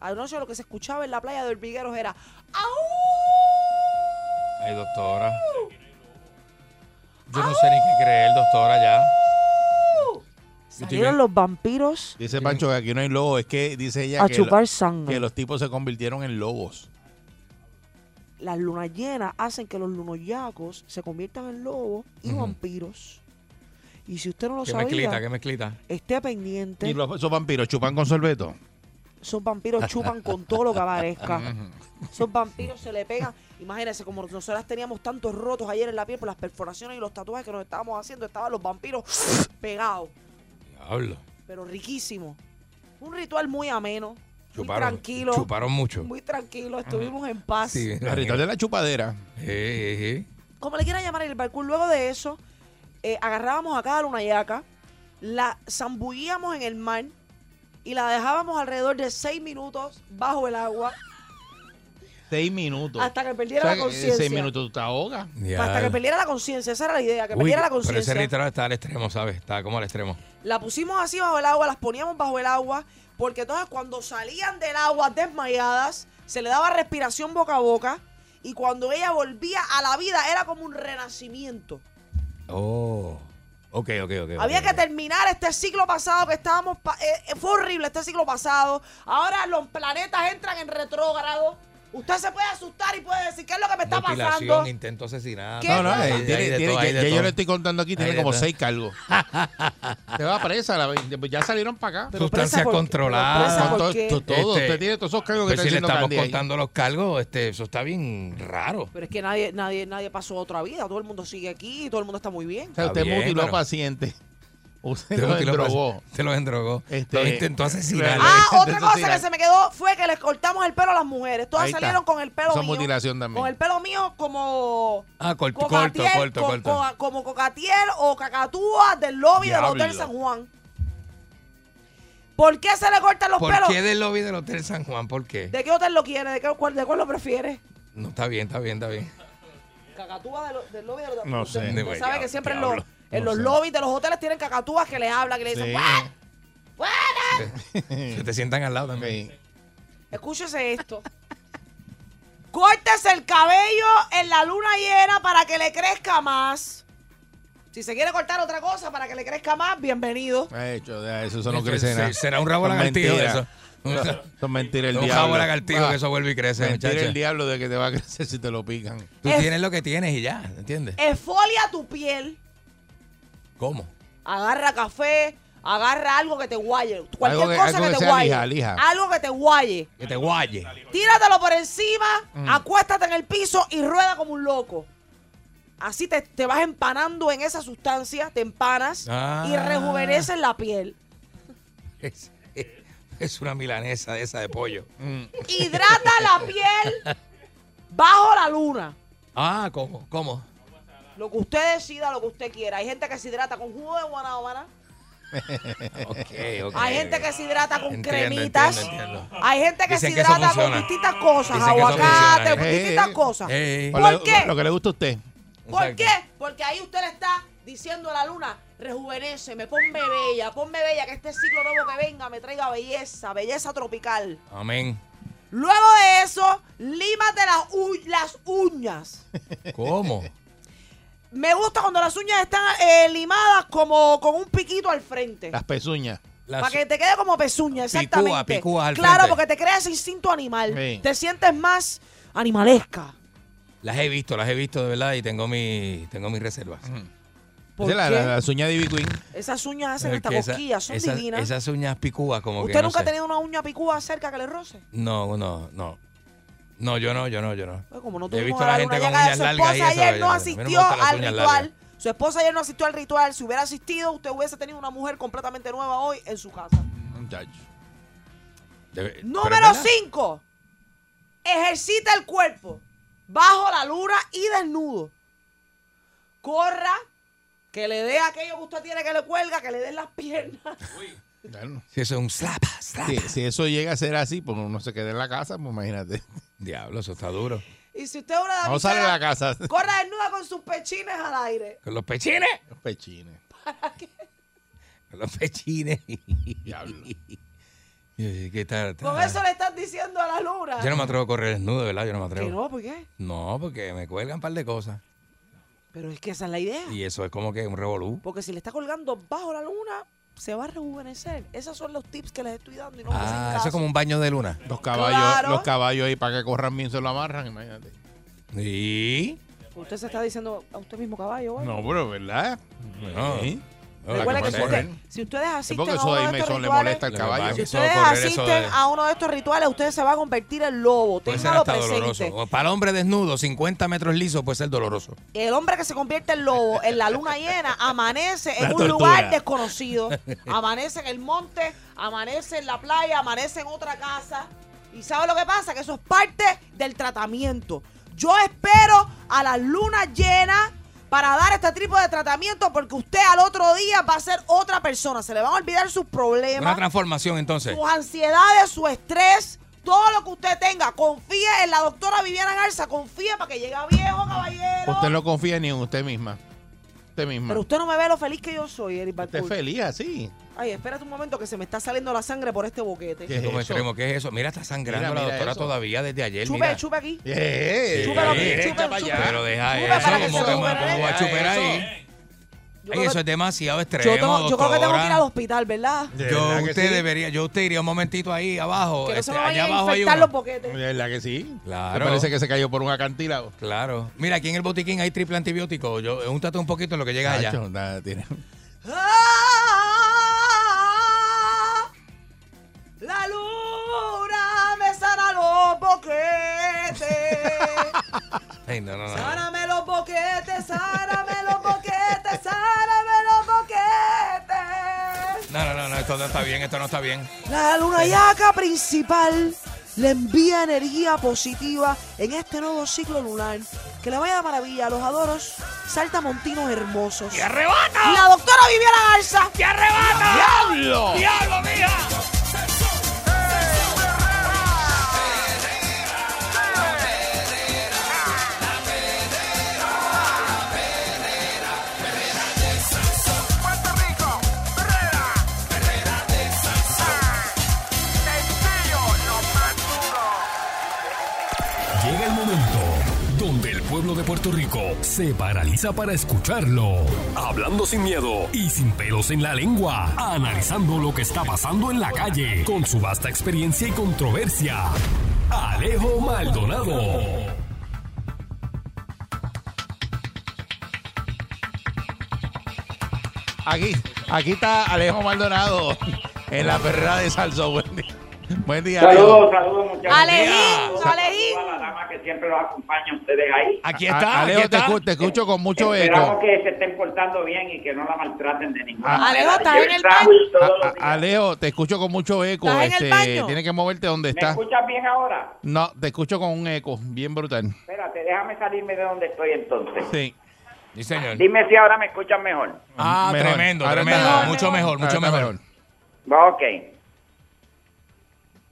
C: Anoche lo que se escuchaba en la playa de Hormigueros era ¡Au!
D: Ay, doctora. Yo no sé ni qué creer, doctora, ya.
C: Salieron los vampiros
B: Dice Pancho que aquí no hay lobos. Es que dice ella
C: a
B: que, lo-
C: chupar
B: que
C: sangre.
B: los tipos se convirtieron en lobos.
C: Las lunas llenas hacen que los lunoyacos se conviertan en lobos y
D: Ujú.
C: vampiros. Y si usted no lo
D: Qué
C: sabía,
D: mezclita, qué mezclita.
C: esté pendiente.
B: ¿Y los, esos vampiros chupan con sorbeto?
C: Esos vampiros chupan con todo lo que aparezca. Esos vampiros se le pegan. Imagínense, como nosotras teníamos tantos rotos ayer en la piel por las perforaciones y los tatuajes que nos estábamos haciendo, estaban los vampiros pegados,
D: Diablo.
C: pero riquísimo. Un ritual muy ameno,
D: Chuparon.
C: muy tranquilo,
D: Chuparon mucho.
C: muy tranquilo, estuvimos en paz.
D: Sí,
B: El ritual de la chupadera.
D: Eh, eh, eh.
C: Como le quieran llamar en el balcón, luego de eso, eh, agarrábamos a cada luna yaca, la zambullíamos en el mar y la dejábamos alrededor de seis minutos bajo el agua
B: Seis minutos.
C: hasta que
B: O
C: perdiera
B: sea,
C: la
B: que eh,
C: conciencia.
B: seis minutos tú te ahogas.
C: Hasta que
D: Diablo.
C: perdiera la conciencia, esa era la idea, que
D: Uy,
C: perdiera la
D: Pero ese
C: conciencia.
D: ritual está al extremo, ¿sabes? Está como al extremo.
C: La pusimos así bajo el agua, las poníamos bajo el agua, porque entonces cuando salían del agua desmayadas, se le daba respiración boca a boca, y cuando ella volvía a la vida era como un renacimiento.
D: Oh. Ok, ok, ok.
C: Había
D: ok,
C: que
D: ok.
C: terminar este siglo pasado que estábamos... pa- eh, eh, fue horrible este siglo pasado. Ahora los planetas entran en retrógrado. Usted se puede asustar y puede decir, ¿qué es lo que me está
D: Mutilación,
C: pasando?
D: intento de asesinato.
C: ¿Qué?
B: No, no,
D: Hay-
B: eh,
D: hay
B: tiene-
D: de
B: tiene-
D: todo, hay
B: ya-
D: de
B: ya yo
D: todo.
B: le estoy contando aquí,
D: Hay
B: tiene
D: de
B: como
D: todo.
B: seis cargos. Te va presa, la- ya salieron para acá.
C: Pero presa
D: Sustancias
C: por qué-
D: controladas.
C: pero presa
B: Con
C: por
B: todo-
C: qué.
B: to- todo,
D: Este,
B: usted tiene todos esos cargos que
D: Pero
B: está
D: si le
B: haciendo
D: estamos
B: Candy ahí.
D: contando los cargos, este, eso está bien raro.
C: Pero es que nadie, nadie, nadie pasó otra vida. Todo el mundo sigue aquí, todo el mundo está muy bien.
B: O sea,
D: Está
B: usted
D: bien,
B: mutiló
D: pero-
B: pacientes. Usted
D: Te
B: lo
D: lo-
B: drogó.
D: Te lo endrogó.
B: Este-
D: lo intentó asesinar.
B: Claro,
C: Ah,
B: eso
C: otra
B: sí
C: cosa
B: era.
C: que se me quedó fue que les cortamos el pelo a las mujeres. Todas
B: Ahí está.
C: salieron con el pelo
B: Eso es
C: mío.
B: mutilación también.
C: Con el pelo mío como...
D: Ah, corto, corto,
C: cocatiel,
D: corto,
C: co-
D: corto.
C: co- como cocatiel o cacatúa del lobby del
B: Diablo.
C: Hotel San Juan. ¿Por qué se le cortan los
D: ¿Por
C: pelos?
D: qué del lobby del Hotel San Juan? ¿Por qué?
C: ¿De qué hotel lo quiere? ¿De, qué, cuál, de cuál lo prefiere?
D: No, está bien, está bien, está bien.
C: Cacatúa de lo- del lobby de los
B: No sé.
C: usted
D: Bueno,
C: sabe que siempre en los,
D: diablo.
C: en
B: No
C: los
B: sé.
C: lobbies de los hoteles tienen cacatúas que les hablan, que le dicen,
B: Sí.
D: ¡Ah!
C: "Buah,
D: Que te sientan al lado también.
B: Sí.
C: Escúchese esto. Córtese el cabello en la luna llena para que le crezca más. Si se quiere cortar otra cosa para que le crezca más, bienvenido.
B: Ha hecho, deja eso, eso no
D: Este,
B: crece
D: se-
B: nada.
D: será un rabo
B: Son
D: lagartijo de
B: mentiras.
D: eso.
B: Son- Son mentiras el
D: Un
B: diablo.
D: jabo lagartijo
B: Ah,
D: que eso vuelve y crece,
B: mentira
D: muchacha.
B: el diablo de que te va a crecer si te lo pican.
D: Tú
C: Es-
D: tienes lo que tienes y ya, ¿entiendes?
C: Esfolia tu piel.
D: ¿Cómo?
C: Agarra café, agarra algo que te guaye. Cualquier
B: Algo que-
C: cosa
B: algo
C: que,
B: que
C: te
B: sea
C: guaye.
B: lija, lija.
C: Algo que te guaye.
D: Que te guaye.
C: Tíratelo por encima,
B: Mm.
C: acuéstate en el piso y rueda como un loco. Así te, te vas empanando en esa sustancia, te empanas
D: Ah.
C: y rejuveneces la piel.
D: Es, es una milanesa de esa de pollo.
C: Hidrata la piel bajo la luna.
D: Ah, ¿cómo? ¿Cómo?
C: Lo que usted decida, lo que usted quiera. Hay gente que se hidrata con jugo de guanábana.
D: Ok, ok.
C: Hay gente que se hidrata con
D: Entiendo,
C: cremitas.
D: entiendo, entiendo.
C: Hay gente que
D: Dicen
C: se
D: que eso
C: hidrata con
D: funciona.
C: distintas cosas.
D: Dicen que eso
C: aguacate,
D: funciona.
B: Ey,
C: distintas
B: ey,
C: cosas.
D: ey.
C: ¿Por
B: Lo-
C: qué?
B: Lo que le gusta a usted.
C: ¿Por
D: Exacto.
C: qué? Porque ahí usted le está diciendo a la luna, rejuvenéceme, ponme bella, ponme bella, que este ciclo nuevo que venga me traiga belleza, belleza tropical.
D: Amén.
C: Luego de eso, límate las, u- las uñas.
D: ¿Cómo?
C: Me gusta cuando las uñas están eh, limadas como con un piquito al frente.
B: Las pezuñas.
D: La
C: Para
D: su-
C: que te quede como pezuña,
D: Picúa,
C: exactamente.
D: picúa al
C: claro,
D: frente.
C: porque te crea ese instinto animal.
B: Sí.
C: Te sientes más animalesca.
D: Las he visto, las he visto de verdad y tengo mi, tengo mis reservas.
C: ¿Por
B: Esa es la,
C: qué?
B: la, la uña de Ivy Queen.
C: Esas uñas hacen hasta
D: Porque esa-
C: cosquillas, son
D: esas-
C: divinas.
D: Esas uñas picúas como que
C: ¿Usted
D: no
C: nunca ha
D: sé.
C: tenido una uña picúa cerca que le roce?
D: No, no, no. No, yo no, yo no, yo no.
C: Pues como no
D: Yo he
C: tuvimos
D: visto a la
C: luna
D: gente con
C: llena,
D: uñas
C: su
D: largas y
C: esposa
D: eso,
C: ayer
D: yo-
C: no
D: a mí me
C: asistió
D: gustan las
C: al
D: uñas
C: ritual.
D: largas.
C: Su esposa ayer no asistió al ritual. Si hubiera asistido, usted hubiese tenido una mujer completamente nueva hoy en su casa.
B: Muchacho.
D: De- pero es
C: Número
D: verdad.
C: 5. Ejercita el cuerpo bajo la luna y desnudo. Corra, que le dé aquello que usted tiene que le cuelga, que le den las piernas.
B: Claro.
D: Si eso es un slap, slap.
B: Si, si eso llega a ser así, pues uno se queda en la casa, pues imagínate.
D: Diablo, eso está duro.
C: Y si usted es una
B: No sale de la
C: damisela,
B: casa.
C: corra desnuda con sus pechines al aire.
D: Con los pechines.
B: Los pechines.
D: Con los pechines.
B: Diablo.
D: ¿Qué tal?
C: Con eso le están diciendo a la luna.
D: Yo no me atrevo a correr desnudo, ¿verdad? Yo no me
C: Que
D: atrevo.
C: no, ¿por qué?
D: No, porque me cuelgan un par de cosas.
C: Pero es que esa es la idea.
D: Y eso es como que un revolú.
C: Porque si le está colgando bajo la luna, se va a rejuvenecer. Esos son los tips que les estoy dando y no me hacen
D: Ah, eso
C: caso.
D: es como un baño de luna.
B: Los caballos,
C: Claro.
B: los caballos ahí para que corran bien se lo amarran, imagínate.
D: Y.
C: Usted se está diciendo a usted mismo caballo. ¿vale?
B: No, pero ¿verdad?
D: No.
B: Sí.
D: No,
C: Recuerda que,
D: la
C: si,
D: que pasa es-
C: usted- si ustedes
B: Es
C: asisten
B: porque
C: a
B: eso
C: uno de
B: ahí me
C: estos
B: son- le
C: rituales,
B: molesta al
D: Lo que pasa
B: caballo.
C: si
D: es que-
C: ustedes
D: Eso de correr, eso
C: asisten
D: de-
C: a uno de estos rituales, usted se va a convertir en lobo.
D: Puede ser
C: Téngalo
D: hasta
C: presente.
D: doloroso. O Para el hombre desnudo, 50 metros liso puede ser doloroso.
C: El hombre que se convierte en lobo en la luna llena amanece en
B: La
C: un
B: tortura.
C: lugar desconocido. Amanece en el monte, amanece en la playa, amanece en otra casa. ¿Y sabe lo que pasa? Que eso es parte del tratamiento. Yo espero a la luna llena para dar este tipo de tratamiento porque usted al otro día va a ser otra persona. Se le van a olvidar sus
D: Una
C: problemas,
D: transformación entonces.
C: sus ansiedades, su estrés, todo lo que usted tenga. Confíe en la doctora Viviana Garza, confíe para que llegue a viejo, caballero.
B: Usted no confía ni en usted misma. Usted misma.
C: Pero usted no me ve lo feliz que yo soy, Eric
B: Usted es
C: Balcour.
B: feliz así.
C: Ay, espérate un momento que se me está saliendo la sangre por este boquete.
B: ¿Qué? es
D: Como
B: eso?
D: extremo, ¿Qué es eso? Mira, está sangrando
B: Mira,
D: la
B: mira
D: doctora
B: eso.
D: todavía desde ayer.
C: Chupe,
D: mira.
C: chupe aquí.
B: Yeah.
C: Chúpalo aquí,
D: Sí.
C: chúpalo,
B: Echa pa' allá.
D: Pero deja
C: Chupe para que
D: eso,
C: se
D: como que
C: supere.
D: ¿cómo va a chupar ahí.
C: Yo,
D: Ay,
C: creo,
D: eso
C: que,
D: es demasiado
C: yo
D: extremo,
C: tengo- yo creo que tengo que ir
D: doctora.
C: al hospital, ¿verdad?
B: De
D: Yo
B: verdad que
D: usted
B: sí.
D: debería, yo usted iría un momentito ahí abajo,
C: Que no se
D: este,
C: me
D: allá
C: vayan a
D: abajo hay
C: infectar
D: uno.
C: los boquetes.
B: De verdad que sí.
D: Claro.
B: Me parece que se cayó por un acantilado.
D: Claro. Mira, aquí en el botiquín hay triple antibiótico. Yo úntate un poquito en lo que llega allá.
B: Nacho, nada, tiene-
C: Ah, La luna me sana los boquetes.
D: Ay, no, no, no.
C: Sáname los boquetes, sáname los boquetes, sáname los boquetes.
D: No, no, no, no, esto no está bien, esto no está bien.
C: La luna yaca principal le envía energía positiva en este nuevo ciclo lunar. Que le vaya de maravilla a los adoros saltamontinos hermosos.
D: ¡Arrebata!
C: La doctora Viviana Garza.
D: ¡Te arrebata!
B: ¡Diablo!
D: ¡Diablo, mija!
H: Puerto Rico se paraliza para escucharlo. Hablando sin miedo y sin pelos en la lengua. Analizando lo que está pasando en la calle con su vasta experiencia y controversia. Alejo Maldonado.
B: Aquí, aquí está Alejo Maldonado en la perra de Salso. Buen día, Buen día, Alejo.
E: Saludos, saludos, muchachos.
C: Alejito,
E: A
C: Alejito.
E: la dama que siempre los acompaña a ustedes ahí.
D: Aquí
B: A-
D: está,
B: Alejo,
D: aquí
B: te,
D: está.
B: escu- te escucho con mucho
E: Esperamos
B: eco.
E: que se estén portando bien y que no la maltraten de ninguna
B: Ah.
E: manera.
C: Alejo, ¿estás
E: Lleve
C: en el baño?
E: sándwich todos
B: A-
E: los
B: a-
E: días.
B: Alejo, te escucho con mucho eco.
C: ¿Estás en el
B: Este,
C: baño?
B: tienes que moverte donde
E: ¿Me
B: estás.
E: escuchas bien ahora?
B: No, te escucho con un eco bien brutal.
E: Espérate, déjame salirme de donde estoy entonces.
B: Sí.
D: Sí, señor.
E: Dime si ahora me escuchan mejor.
D: Ah,
B: Mejor.
D: tremendo,
B: Ahora
D: tremendo.
B: está-
D: mucho mejor,
B: ahora
D: mucho
B: está
D: mejor.
E: Ok.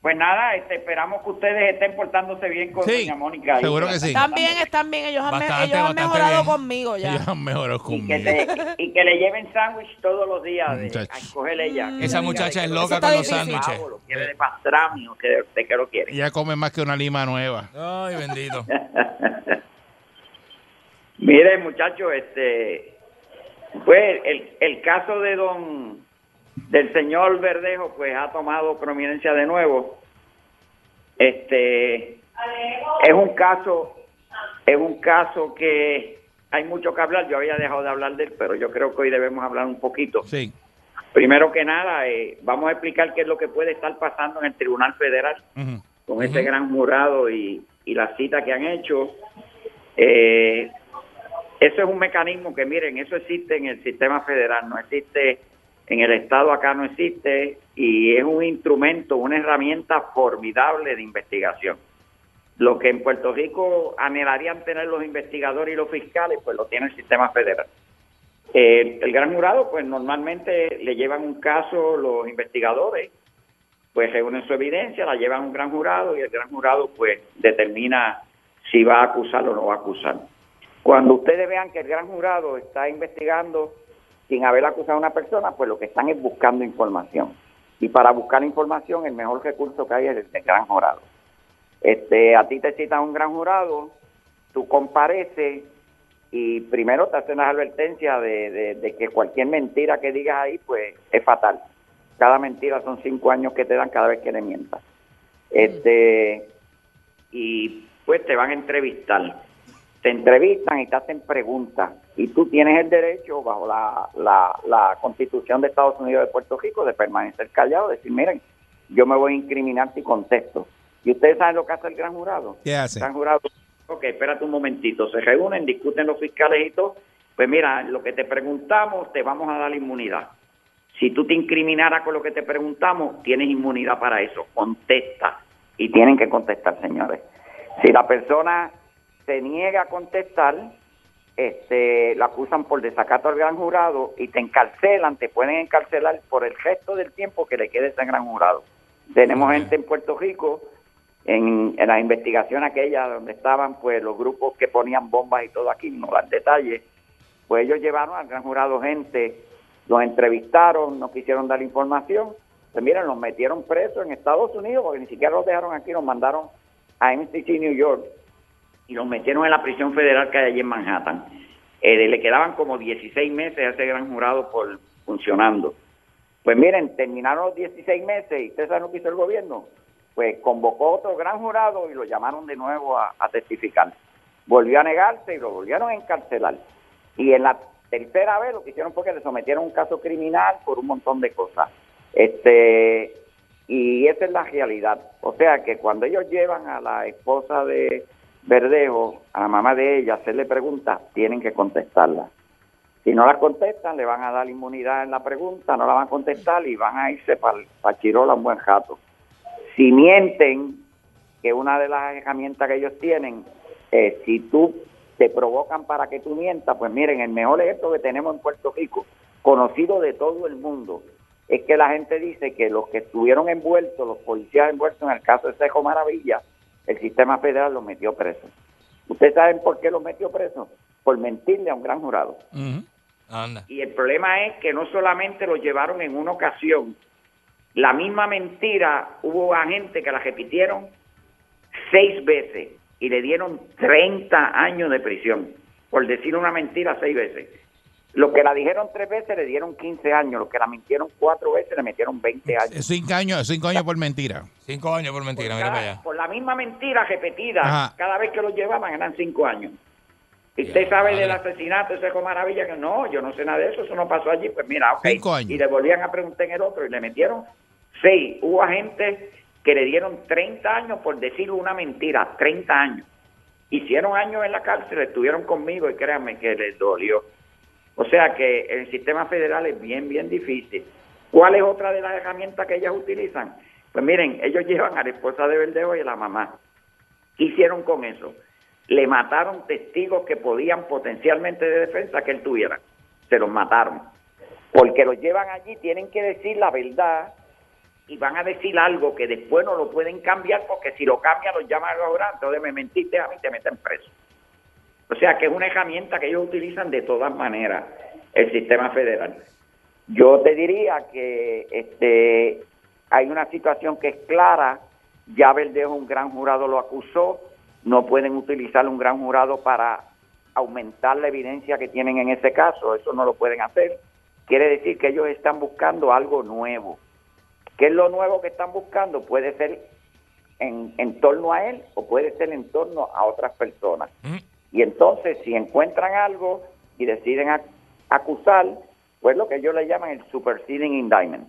E: Pues nada, este, esperamos que ustedes estén portándose bien con
B: Sí,
E: doña Mónica. ahí.
B: seguro que sí.
C: Están bien, están bien. Ellos han, me-
D: Bastante,
C: ellos han
D: bastante
C: mejorado
D: bien.
C: conmigo ya.
B: Ellos han mejorado
E: Y que,
B: conmigo.
D: Mm.
E: le, y que le lleven sándwich todos los días de,
B: Muchacho.
E: a escoger ella. Que
D: Mm. Esa
E: ella
D: muchacha
E: diga de
D: es
E: que
D: loca
E: lo
C: con
E: quiere
C: los
E: de
D: sándwiches.
E: pavo, Lo quiere de pastrami o que de, de que lo quiere.
B: Ya come más que una lima nueva.
D: Ay, bendito.
E: Mire, muchachos, este, pues el, el caso de don, del señor Verdejo, pues ha tomado prominencia de nuevo. Este, es un caso, es un caso que hay mucho que hablar. Yo había dejado de hablar de él, pero yo creo que hoy debemos hablar un poquito.
B: Sí.
E: Primero que nada, eh, vamos a explicar qué es lo que puede estar pasando en el Tribunal Federal
B: Ujú.
E: con este gran jurado y, y la cita que han hecho. Eh, eso es un mecanismo que, miren, eso existe en el sistema federal, no existe en el Estado, acá no existe, y es un instrumento, una herramienta formidable de investigación. Lo que en Puerto Rico anhelarían tener los investigadores y los fiscales, pues lo tiene el sistema federal. Eh, el gran jurado, pues normalmente le llevan un caso los investigadores pues reúnen su evidencia, la llevan a un gran jurado y el gran jurado pues determina si va a acusar o no va a acusar. Cuando ustedes vean que el gran jurado está investigando sin haber acusado a una persona, pues lo que están es buscando información. Y para buscar información, el mejor recurso que hay es el del gran jurado. Este, a ti te citan un gran jurado, tú compareces y primero te hacen las advertencias de, de- de que cualquier mentira que digas ahí, pues es fatal. Cada mentira son cinco años que te dan cada vez que le mientas. Este, y pues te van a entrevistar. Te entrevistan y te hacen preguntas. Y tú tienes el derecho, bajo la, la, la constitución de Estados Unidos de Puerto Rico, de permanecer callado, decir, miren, yo me voy a incriminar si contesto. Y ustedes saben lo que hace el gran jurado.
B: ¿Qué hace?
E: Están jurados. Ok, espérate un momentito. Se reúnen, discuten los fiscales y todo. Pues mira, lo que te preguntamos, te vamos a dar inmunidad. Si tú te incriminaras con lo que te preguntamos, tienes inmunidad para eso. Contesta. Y tienen que contestar, señores. Si la persona se niega a contestar, este, la acusan por desacato al gran jurado y te encarcelan, te pueden encarcelar por el resto del tiempo que le quede ese gran jurado. Tenemos gente en Puerto Rico, en, en la investigación aquella donde estaban pues los grupos que ponían bombas y todo aquí, no dan detalles, pues ellos llevaron al gran jurado gente, los entrevistaron, no quisieron dar información, pues miren, los metieron presos en Estados Unidos, porque ni siquiera los dejaron aquí, los mandaron a MCC New York y los metieron en la prisión federal que hay allí en Manhattan. Eh, le quedaban como 16 meses a ese gran jurado por funcionando. Pues miren, terminaron los 16 meses y ustedes saben lo que hizo el gobierno. Pues convocó otro gran jurado y lo llamaron de nuevo a, a testificar. Volvió a negarse y lo volvieron a encarcelar. Y en la tercera vez lo que hicieron fue que le sometieron a un caso criminal por un montón de cosas. Este, y esa es la realidad. O sea que cuando ellos llevan a la esposa de Verdejo, a la mamá de ella, a hacerle preguntas, tienen que contestarlas. Si no la contestan, le van a dar inmunidad en la pregunta, no la van a contestar y van a irse para Chirola un buen rato. Si mienten, que una de las herramientas que ellos tienen, eh, si tú te provocan para que tú mientas, pues miren, el mejor ejemplo que tenemos en Puerto Rico, conocido de todo el mundo, es que la gente dice que los que estuvieron envueltos, los policías envueltos en el caso de Sejo Maravilla, el sistema federal los metió presos. ¿Ustedes saben por qué los metió presos? Por mentirle a un gran jurado.
B: Ujú.
D: Anda.
E: Y el problema es que no solamente lo llevaron en una ocasión, la misma mentira hubo a gente que la repitieron seis veces y le dieron 30 años de prisión. por decir una mentira seis veces. Los que la dijeron tres veces le dieron 15 años, los que la mintieron cuatro veces le metieron 20 años.
B: Eh, Cinco años, cinco años por mentira.
D: Cinco años por mentira, mira
E: Cada-
D: para allá.
E: por la misma mentira repetida,
B: Ajá.
E: cada vez que lo llevaban eran cinco años. Y
D: Ya,
E: usted sabe
D: madre.
E: del asesinato ese con Maravilla, que no, yo no sé nada de eso, eso no pasó allí, pues mira, ok.
B: Cinco años.
E: Y le volvían a preguntar en el otro y le metieron seis. Hubo agentes que le dieron 30 años por decir una mentira, 30 años. Hicieron años en la cárcel, estuvieron conmigo y créanme que les dolió. O sea que el sistema federal es bien, bien difícil. ¿Cuál es otra de las herramientas que ellas utilizan? Pues miren, ellos llevan a la esposa de Verdeo y a la mamá. ¿Qué hicieron con eso? Le mataron testigos que podían potencialmente de defensa que él tuviera. Se los mataron. Porque los llevan allí, tienen que decir la verdad y van a decir algo que después no lo pueden cambiar porque si lo cambian los llaman a ahora, entonces me mentiste a mí te meten preso. O sea que es una herramienta que ellos utilizan de todas maneras, el sistema federal. Yo te diría que este, hay una situación que es clara, ya Verdejo un gran jurado lo acusó, no pueden utilizar un gran jurado para aumentar la evidencia que tienen en ese caso, eso no lo pueden hacer. Quiere decir que ellos están buscando algo nuevo. ¿Qué es lo nuevo que están buscando? Puede ser en, en torno a él o puede ser en torno a otras personas. Y entonces, si encuentran algo y deciden ac- acusar, pues lo que ellos le llaman el superseding indictment,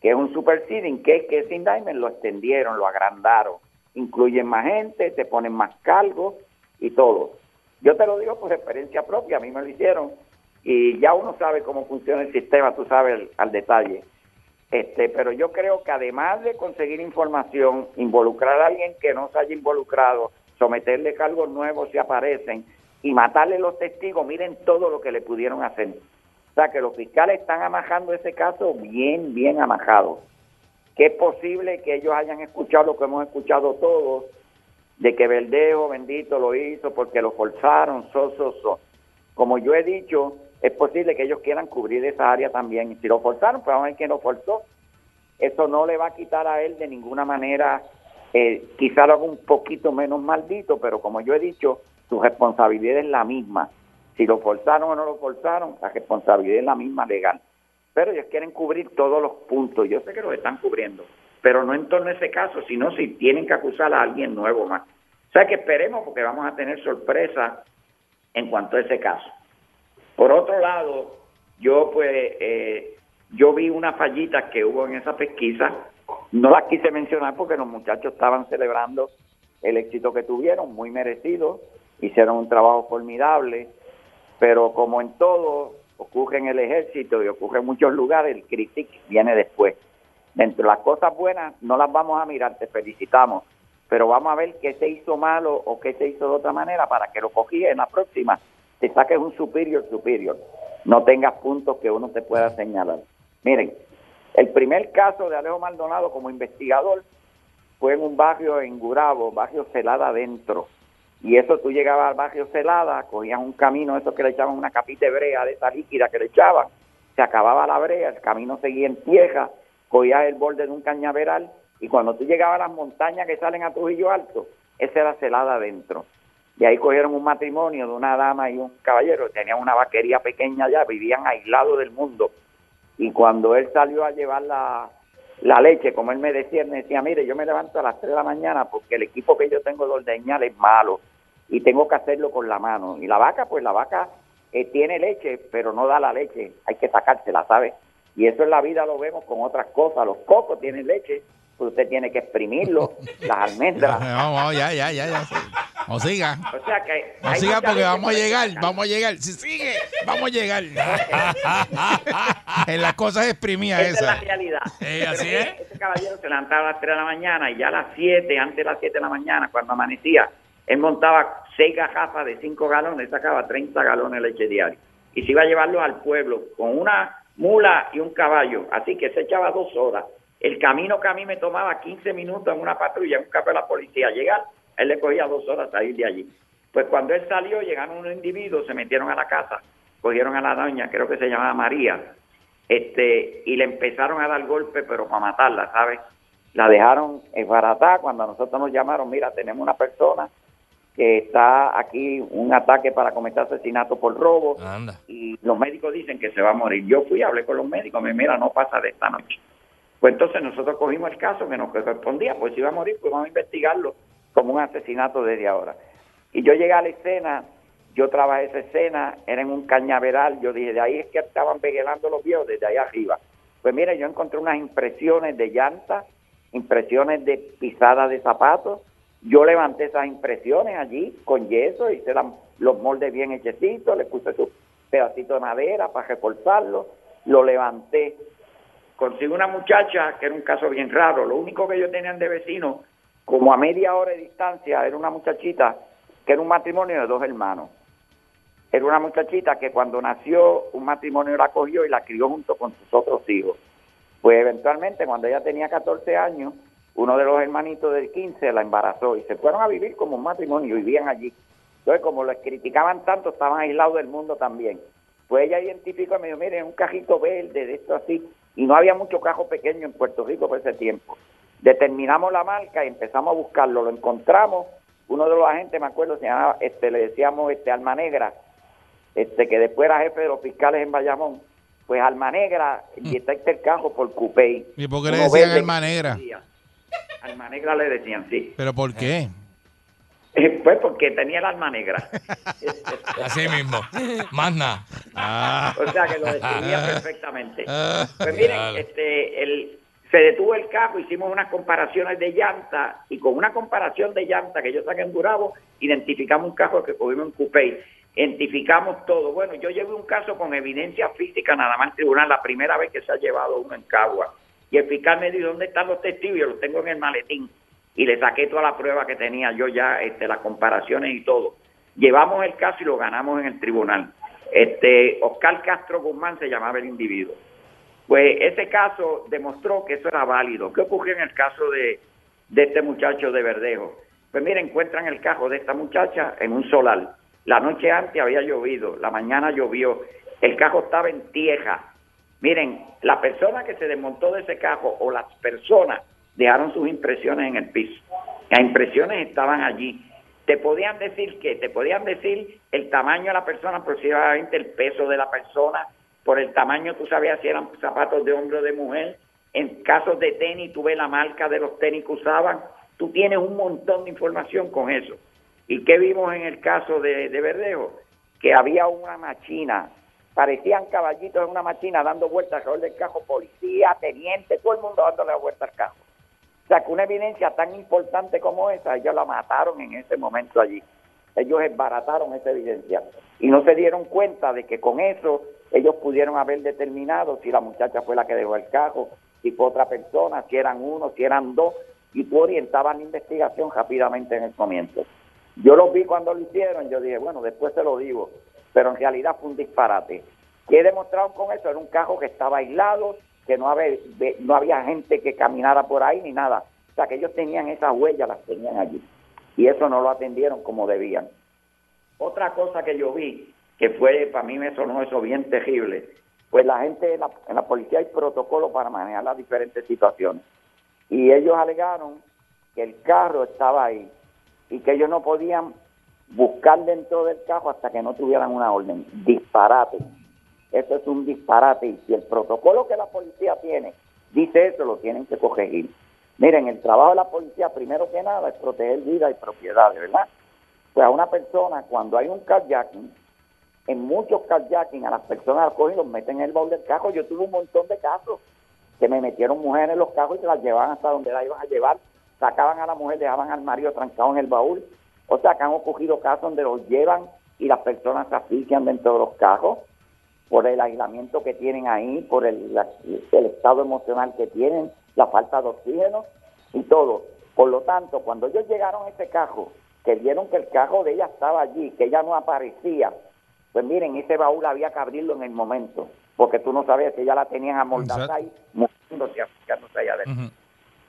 E: que es un superseding, que es que ese indictment lo extendieron, lo agrandaron, incluyen más gente, te ponen más cargos y todo. Yo te lo digo por experiencia propia, a mí me lo hicieron y ya uno sabe cómo funciona el sistema, tú sabes al- al detalle. Este, pero yo creo que además de conseguir información, involucrar a alguien que no se haya involucrado, someterle cargos nuevos si aparecen y matarle los testigos, miren todo lo que le pudieron hacer. O sea que los fiscales están amajando ese caso bien, bien amajado. Que es posible que ellos hayan escuchado lo que hemos escuchado todos, de que Verdejo, bendito, lo hizo porque lo forzaron, so, so, so. Como yo he dicho, es posible que ellos quieran cubrir esa área también. Y si lo forzaron, pues vamos a ver quién lo forzó. Eso no le va a quitar a él de ninguna manera, eh, quizá lo haga un poquito menos maldito, pero como yo he dicho, su responsabilidad es la misma. Si lo forzaron o no lo forzaron, la responsabilidad es la misma legal. Pero ellos quieren cubrir todos los puntos. Yo sé que los están cubriendo, pero no en torno a ese caso, sino si tienen que acusar a alguien nuevo más. O sea que esperemos porque vamos a tener sorpresas en cuanto a ese caso. Por otro lado, yo pues eh, yo vi unas fallitas que hubo en esa pesquisa, no las quise mencionar porque los muchachos estaban celebrando el éxito que tuvieron, muy merecido, hicieron un trabajo formidable, pero como en todo ocurre en el ejército y ocurre en muchos lugares, el critique viene después. Dentro de las cosas buenas no las vamos a mirar, te felicitamos, pero vamos a ver qué se hizo malo o qué se hizo de otra manera para que lo cogí en la próxima. Te saques un superior, superior. No tengas puntos que uno te pueda señalar. Miren, el primer caso de Alejo Maldonado como investigador fue en un barrio en Gurabo, barrio Celada adentro. Y eso tú llegabas al barrio Celada, cogías un camino, eso que le echaban una capita de brea de esa líquida que le echaban, se acababa la brea, el camino seguía en tierra, cogías el borde de un cañaveral y cuando tú llegabas a las montañas que salen a Trujillo Alto, esa era Celada adentro. Y ahí cogieron un matrimonio de una dama y un caballero, tenían una vaquería pequeña allá, vivían aislados del mundo y cuando él salió a llevar la, la leche, como él me decía, él me decía, mire, yo me levanto a las 3 de la mañana porque el equipo que yo tengo de ordeñar es malo y tengo que hacerlo con la mano. Y la vaca, pues la vaca eh, tiene leche, pero no da la leche, hay que sacársela, ¿sabe? Y eso en la vida lo vemos con otras cosas, los cocos tienen leche, pues usted tiene que exprimirlo, las
B: No,
E: almendras.
B: no, ya, ya, ya, ya. No siga.
E: O sea que...
B: No
E: hay
B: siga
E: mucha
B: porque
E: gente
B: vamos a
E: que-
B: llegar, vamos a llegar. Si sigue, vamos a llegar. en las cosas exprimía
E: Esa es la
B: esa.
E: realidad.
B: Eh, así
E: Pero
B: es.
E: Ese caballero se levantaba a las 3 de la mañana y ya a las 7, antes de las 7 de la mañana, cuando amanecía, él montaba 6 gafas de 5 galones, sacaba 30 galones de leche diaria. Y se iba a llevarlos al pueblo con una mula y un caballo. Así que se echaba dos horas. El camino que a mí me tomaba 15 minutos en una patrulla, en un carro de la policía llegar, él le cogía dos horas salir de allí. Pues cuando él salió, llegaron unos individuos, se metieron a la casa, cogieron a la doña, creo que se llamaba María, este y le empezaron a dar golpes, pero para matarla, ¿sabes? La dejaron esbaratada cuando a nosotros nos llamaron, mira, tenemos una persona que está aquí un ataque para cometer asesinato por robo
D: Anda.
E: y los médicos dicen que se va a morir. Yo fui, hablé con los médicos, me mira, no pasa de esta noche. Pues entonces nosotros cogimos el caso que nos correspondía, pues si iba a morir, pues vamos a investigarlo como un asesinato desde ahora. Y yo llegué a la escena, yo trabajé esa escena, era en un cañaveral, yo dije, de ahí es que estaban vegelando los viejos, desde ahí arriba. Pues mira, yo encontré unas impresiones de llantas, impresiones de pisadas de zapatos, yo levanté esas impresiones allí con yeso, hice la- los moldes bien hechecitos, le puse su pedacito de madera para reforzarlo, lo levanté consigo una muchacha que era un caso bien raro. Lo único que ellos tenían de vecino, como a media hora de distancia, era una muchachita que era un matrimonio de dos hermanos. Era una muchachita que cuando nació, un matrimonio la cogió y la crió junto con sus otros hijos. Pues eventualmente, cuando ella tenía 14 años, uno de los hermanitos del 15 la embarazó y se fueron a vivir como un matrimonio y vivían allí. Entonces, como les criticaban tanto, estaban aislados del mundo también. Pues ella identificó y me dijo, miren, un cajito verde, de esto así. Y no había mucho cajo pequeño en Puerto Rico por ese tiempo. Determinamos la marca y empezamos a buscarlo. Lo encontramos. Uno de los agentes, me acuerdo, se llamaba, este, le decíamos este, Alma Negra, este, que después era jefe de los fiscales en Bayamón. Pues Alma Negra detecta el cajo por Cupey.
B: ¿Y por qué le
E: Uno
B: decían
E: verde.
B: Alma Negra?
E: Alma Negra le decían, sí.
B: ¿Pero por
E: Eh.
B: qué?
E: Pues porque tenía el alma negra.
D: Así mismo. Más nada.
B: Ah,
E: O sea que lo describía perfectamente.
B: Ah.
E: Pues miren,
D: Claro.
E: este, el, se detuvo el cajo, hicimos unas comparaciones de llanta y con una comparación de llanta que yo saqué en Durabo, identificamos un cajo que cogimos en Coupé. Identificamos todo. Bueno, yo llevé un caso con evidencia física nada más al tribunal, la primera vez que se ha llevado uno en Cagua. Y el fiscal me dijo, ¿dónde están los testigos? Yo los tengo en el maletín. Y le saqué toda la prueba que tenía yo ya, este, las comparaciones y todo. Llevamos el caso y lo ganamos en el tribunal. Este, Oscar Castro Guzmán se llamaba el individuo. Pues ese caso demostró que eso era válido. ¿Qué ocurrió en el caso de, de este muchacho de Verdejo? Pues mira, encuentran el caso de esta muchacha en un solar. La noche antes había llovido, la mañana llovió, el cajo estaba en tieja. Miren, la persona que se desmontó de ese cajo o las personas dejaron sus impresiones en el piso. Las impresiones estaban allí. Te podían decir que, te podían decir el tamaño de la persona, aproximadamente el peso de la persona, por el tamaño tú sabías si eran zapatos de hombre o de mujer. En casos de tenis, tú ves la marca de los tenis que usaban. Tú tienes un montón de información con eso. ¿Y qué vimos en el caso de, de Verdejo? Que había una machina, parecían caballitos en una machina dando vueltas alrededor del cajo, policía, teniente, todo el mundo dándole la vuelta al cajo. O sea, que una evidencia tan importante como esa, ellos la mataron en ese momento allí. Ellos embarataron esa evidencia y no se dieron cuenta de que con eso ellos pudieron haber determinado si la muchacha fue la que dejó el cajo, si fue otra persona, si eran uno, si eran dos, y tú orientabas la investigación rápidamente en el comienzo. Yo lo vi cuando lo hicieron, yo dije, bueno, después se lo digo, pero en realidad fue un disparate. ¿Qué demostraron con eso? Era un cajo que estaba aislado, que no había, ve- no había gente que caminara por ahí ni nada. O sea, que ellos tenían esas huellas, las tenían allí. Y eso no lo atendieron como debían. Otra cosa que yo vi, que fue, para mí me sonó eso bien terrible, pues la gente, en la, en la policía hay protocolo para manejar las diferentes situaciones. Y ellos alegaron que el carro estaba ahí y que ellos no podían buscar dentro del carro hasta que no tuvieran una orden. Disparate. Eso es un disparate. Y si el protocolo que la policía tiene dice eso, lo tienen que corregir. Miren, el trabajo de la policía, primero que nada, es proteger vida y propiedades, ¿verdad? Pues a una persona, cuando hay un carjacking, en muchos carjacking a las personas las cogen y los meten en el baúl del carro. Yo tuve un montón de casos que me metieron mujeres en los carros y se las llevaban hasta donde la iban a llevar. Sacaban a la mujer, dejaban al marido trancado en el baúl. O sea, que han ocurrido casos donde los llevan y las personas se asfixian dentro de los carros por el aislamiento que tienen ahí, por el, la- el estado emocional que tienen, la falta de oxígeno y todo. Por lo tanto, cuando ellos llegaron a ese carro, que vieron que el carro de ella estaba allí, que ella no aparecía, pues miren, ese baúl había que abrirlo en el momento, porque tú no sabías si ya la tenían
B: Exacto.
E: amordazada ahí, moviéndose, aplicándose allá adentro.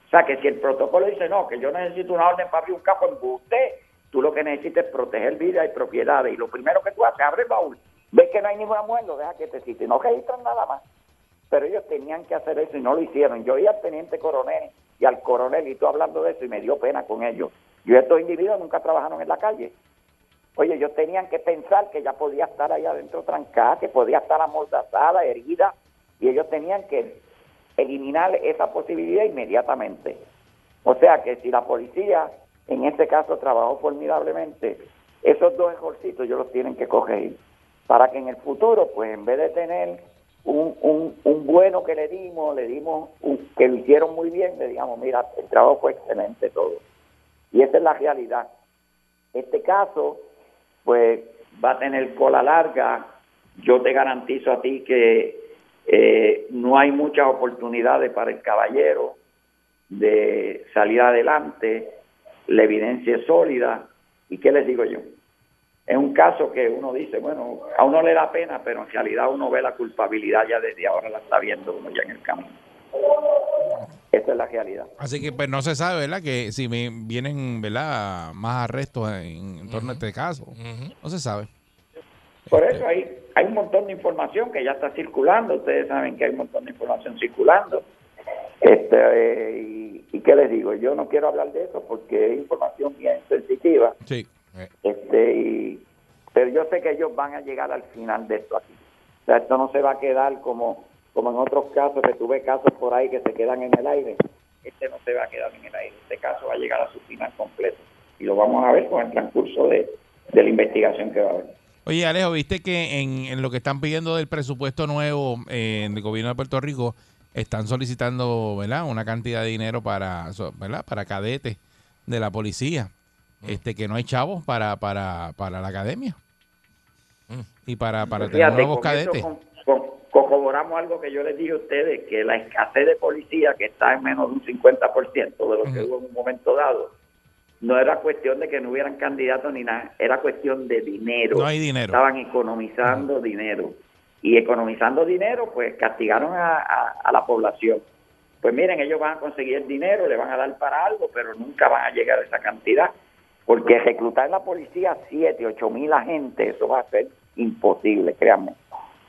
E: O sea, que si el protocolo dice, no, que yo necesito una orden para abrir un cajo en usted, tú lo que necesitas es proteger vida y propiedades. Y lo primero que tú haces, abre el baúl, ves que no hay ninguna muerte, lo deja que te cite. No registran nada más. Pero ellos tenían que hacer eso y no lo hicieron. Yo oí al teniente coronel y al coronel y tú hablando de eso y me dio pena con ellos. Yo estos individuos nunca trabajaron en la calle. Oye, ellos tenían que pensar que ya podía estar ahí adentro trancada, que podía estar amordazada, herida, y ellos tenían que eliminar esa posibilidad inmediatamente. O sea que si la policía en este caso trabajó formidablemente, esos dos ejorcitos ellos los tienen que coger para que en el futuro, pues en vez de tener un, un, un bueno que le dimos, le dimos un- que lo hicieron muy bien, le digamos, mira, el trabajo fue excelente todo. Y esa es la realidad. Este caso, pues va a tener cola larga. Yo te garantizo a ti que eh, no hay muchas oportunidades para el caballero de salir adelante. La evidencia es sólida. ¿Y qué les digo yo? Es un caso que uno dice, bueno, a uno le da pena, pero en realidad uno ve la culpabilidad ya desde ahora, la está viendo uno ya en el camino. Esa es la realidad.
B: Así que pues no se sabe, ¿verdad? Que si me- vienen, ¿verdad? Más arrestos en, en torno a este caso. No se sabe.
E: Por eso hay, hay un montón de información que ya está circulando, ustedes saben que hay un montón de información circulando. Este, eh, y, y qué les digo, yo no quiero hablar de eso porque es información bien sensitiva.
B: Sí.
E: Este, y- pero yo sé que ellos van a llegar al final de esto aquí. O sea, esto no se va a quedar como, como en otros casos, que tuve casos por ahí que se quedan en el aire. Este no se va a quedar en el aire, este caso va a llegar a su final completo. Y lo vamos a ver con el transcurso de, de la investigación que va a haber.
B: Oye, Alejo, viste que en, en lo que están pidiendo del presupuesto nuevo eh, del gobierno de Puerto Rico, están solicitando, ¿verdad? Una cantidad de dinero para, so- ¿verdad? Para cadetes de la policía. Este, que no hay chavos para, para, para la academia. Y para, para tener
E: Fíjate,
B: nuevos
E: con eso
B: cadetes.
E: con- con- corroboramos algo que yo les dije a ustedes, que la escasez de policía, que está en menos de un 50% de lo que hubo en un momento dado, no era cuestión de que no hubieran candidatos ni nada, era cuestión de dinero.
B: No hay dinero.
E: Estaban economizando dinero. Y economizando dinero, pues castigaron a, a- a la población. Pues miren, ellos van a conseguir el dinero, le van a dar para algo, pero nunca van a llegar a esa cantidad. Porque reclutar en la policía 7, 8 mil agentes, eso va a ser imposible, créanme.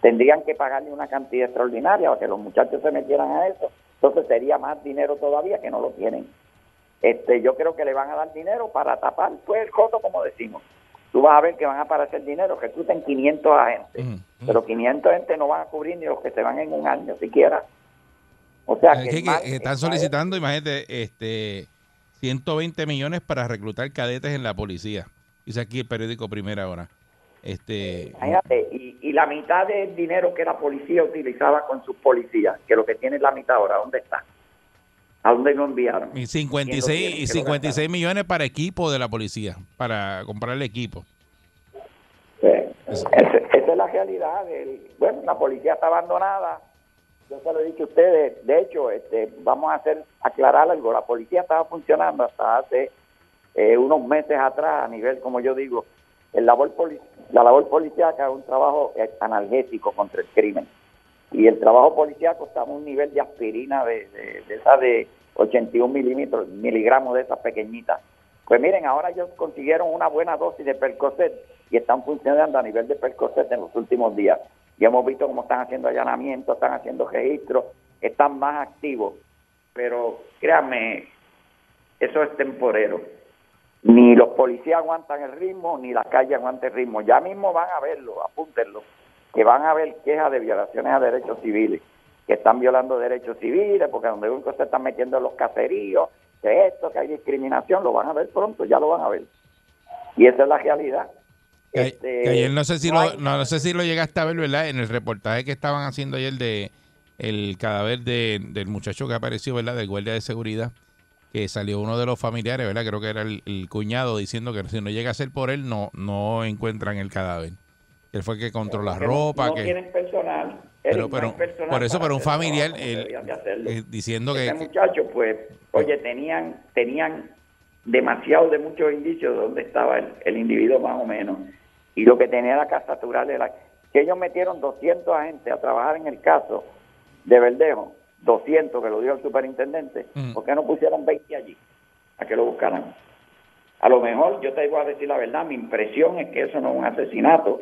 E: Tendrían que pagarle una cantidad extraordinaria para que los muchachos se metieran a eso. Entonces sería más dinero todavía que no lo tienen. Este, yo creo que le van a dar dinero para tapar pues, el coto, como decimos. Tú vas a ver que van a aparecer dinero, recluten 500 agentes.
B: Ujú.
E: Pero 500 agentes no van a cubrir ni los que se van en un año siquiera. O sea,
B: Es
E: que,
B: que-
E: el
B: que-
E: mal-
B: que están
E: el mal-
B: solicitando, imagínate, este, 120 millones para reclutar cadetes en la policía. Dice aquí el periódico Primera Hora. Este,
E: Imagínate, y, y la mitad del dinero que la policía utilizaba con sus policías, que lo que tiene es la mitad ahora, ¿dónde está? ¿A dónde lo enviaron?
B: y
E: ¿Quién lo tiene?
B: 56, y
E: ¿Quién lo
B: 56 millones para equipo de la policía, para comprar el equipo.
E: Eh, esa esa es la realidad. del- bueno, la policía está abandonada. Yo se lo he dicho a ustedes. De hecho, este, vamos a hacer aclarar algo. La policía estaba funcionando hasta hace eh, unos meses atrás, a nivel, como yo digo, el labor poli- la labor policíaca es un trabajo eh, analgésico contra el crimen. Y el trabajo policíaco está a un nivel de aspirina de, de, de esa de 81 milímetros, miligramos de esas pequeñitas. Pues miren, ahora ellos consiguieron una buena dosis de Percocet y están funcionando a nivel de Percocet en los últimos días. Y hemos visto cómo están haciendo allanamientos, están haciendo registros, están más activos. Pero créanme, eso es temporero. Ni los policías aguantan el ritmo, ni la calle aguanta el ritmo. Ya mismo van a verlo, apúntenlo, que van a haber quejas de violaciones a derechos civiles, que están violando derechos civiles, porque donde único se están metiendo en los caseríos, que esto, que hay discriminación, lo van a ver pronto, ya lo van a ver. Y esa es la realidad.
B: Que a-
E: Este,
B: que ayer no sé si lo,
E: hay-
B: no, sé si lo llegaste a ver, ¿verdad? En el reportaje que estaban haciendo ayer de el cadáver de- del muchacho que apareció, ¿verdad? Del guardia de seguridad, que salió uno de los familiares, ¿verdad? Creo que era el, el cuñado diciendo que si no llega a ser por él, no, no encuentran el cadáver. Él fue el que controló la
E: que no-
B: ropa,
E: no
B: que
E: tienen personal.
B: pero,
E: Eric, no
B: pero-
E: hay personal
B: por eso,
E: para
B: pero un
E: hacer el
B: familiar
E: trabajo que
B: él,
E: deberían de hacerlo.
B: eh, diciendo que,
E: Este muchacho, pues, oye, tenían, tenían demasiado de muchos indicios de dónde estaba el, el individuo más o menos. Y lo que tenía era que saturarle la... Que ellos metieron 200 agentes a trabajar en el caso de Verdejo, 200, que lo dio el superintendente,
B: Mm.
E: ¿por qué no pusieron 20 allí? A que lo buscaran. A lo mejor, yo te voy a decir la verdad, mi impresión es que eso no es un asesinato,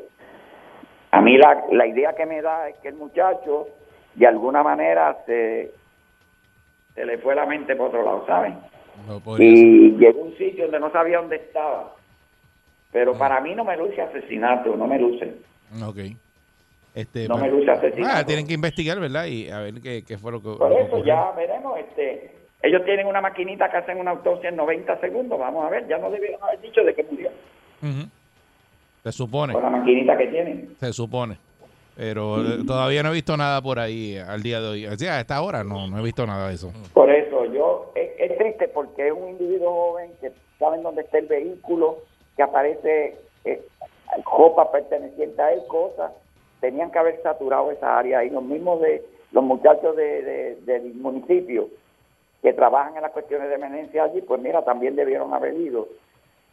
E: a mí la, la idea que me da es que el muchacho de alguna manera se, se le fue la mente por otro lado, ¿sabes?
B: No podría ser.
E: y llegó a un sitio donde no sabía dónde estaba. Pero para mí no me luce asesinato, no me luce.
B: Ok. Este,
E: No me
B: pero-
E: luce asesinato.
B: Ah, tienen que investigar, ¿verdad? Y a ver qué, qué fue lo que. lo
E: Por
B: que
E: eso
B: ocurrió.
E: ya veremos. este Ellos tienen una maquinita que hacen una autopsia en 90 segundos. Vamos a ver, ya no debieron haber dicho de qué murió.
B: Ujú. Se supone,
E: Con la maquinita que tienen.
B: se supone. Pero eh, todavía no he visto nada por ahí al día de hoy. O sea, a esta hora no, no he visto nada de eso.
E: Por eso yo, es, es triste porque es un individuo joven que saben dónde está el vehículo, que aparece eh, copa perteneciente a él, cosas. Tenían que haber saturado esa área y los mismos de los muchachos de, de- del municipio que trabajan en las cuestiones de emergencia allí, pues mira, también debieron haber ido.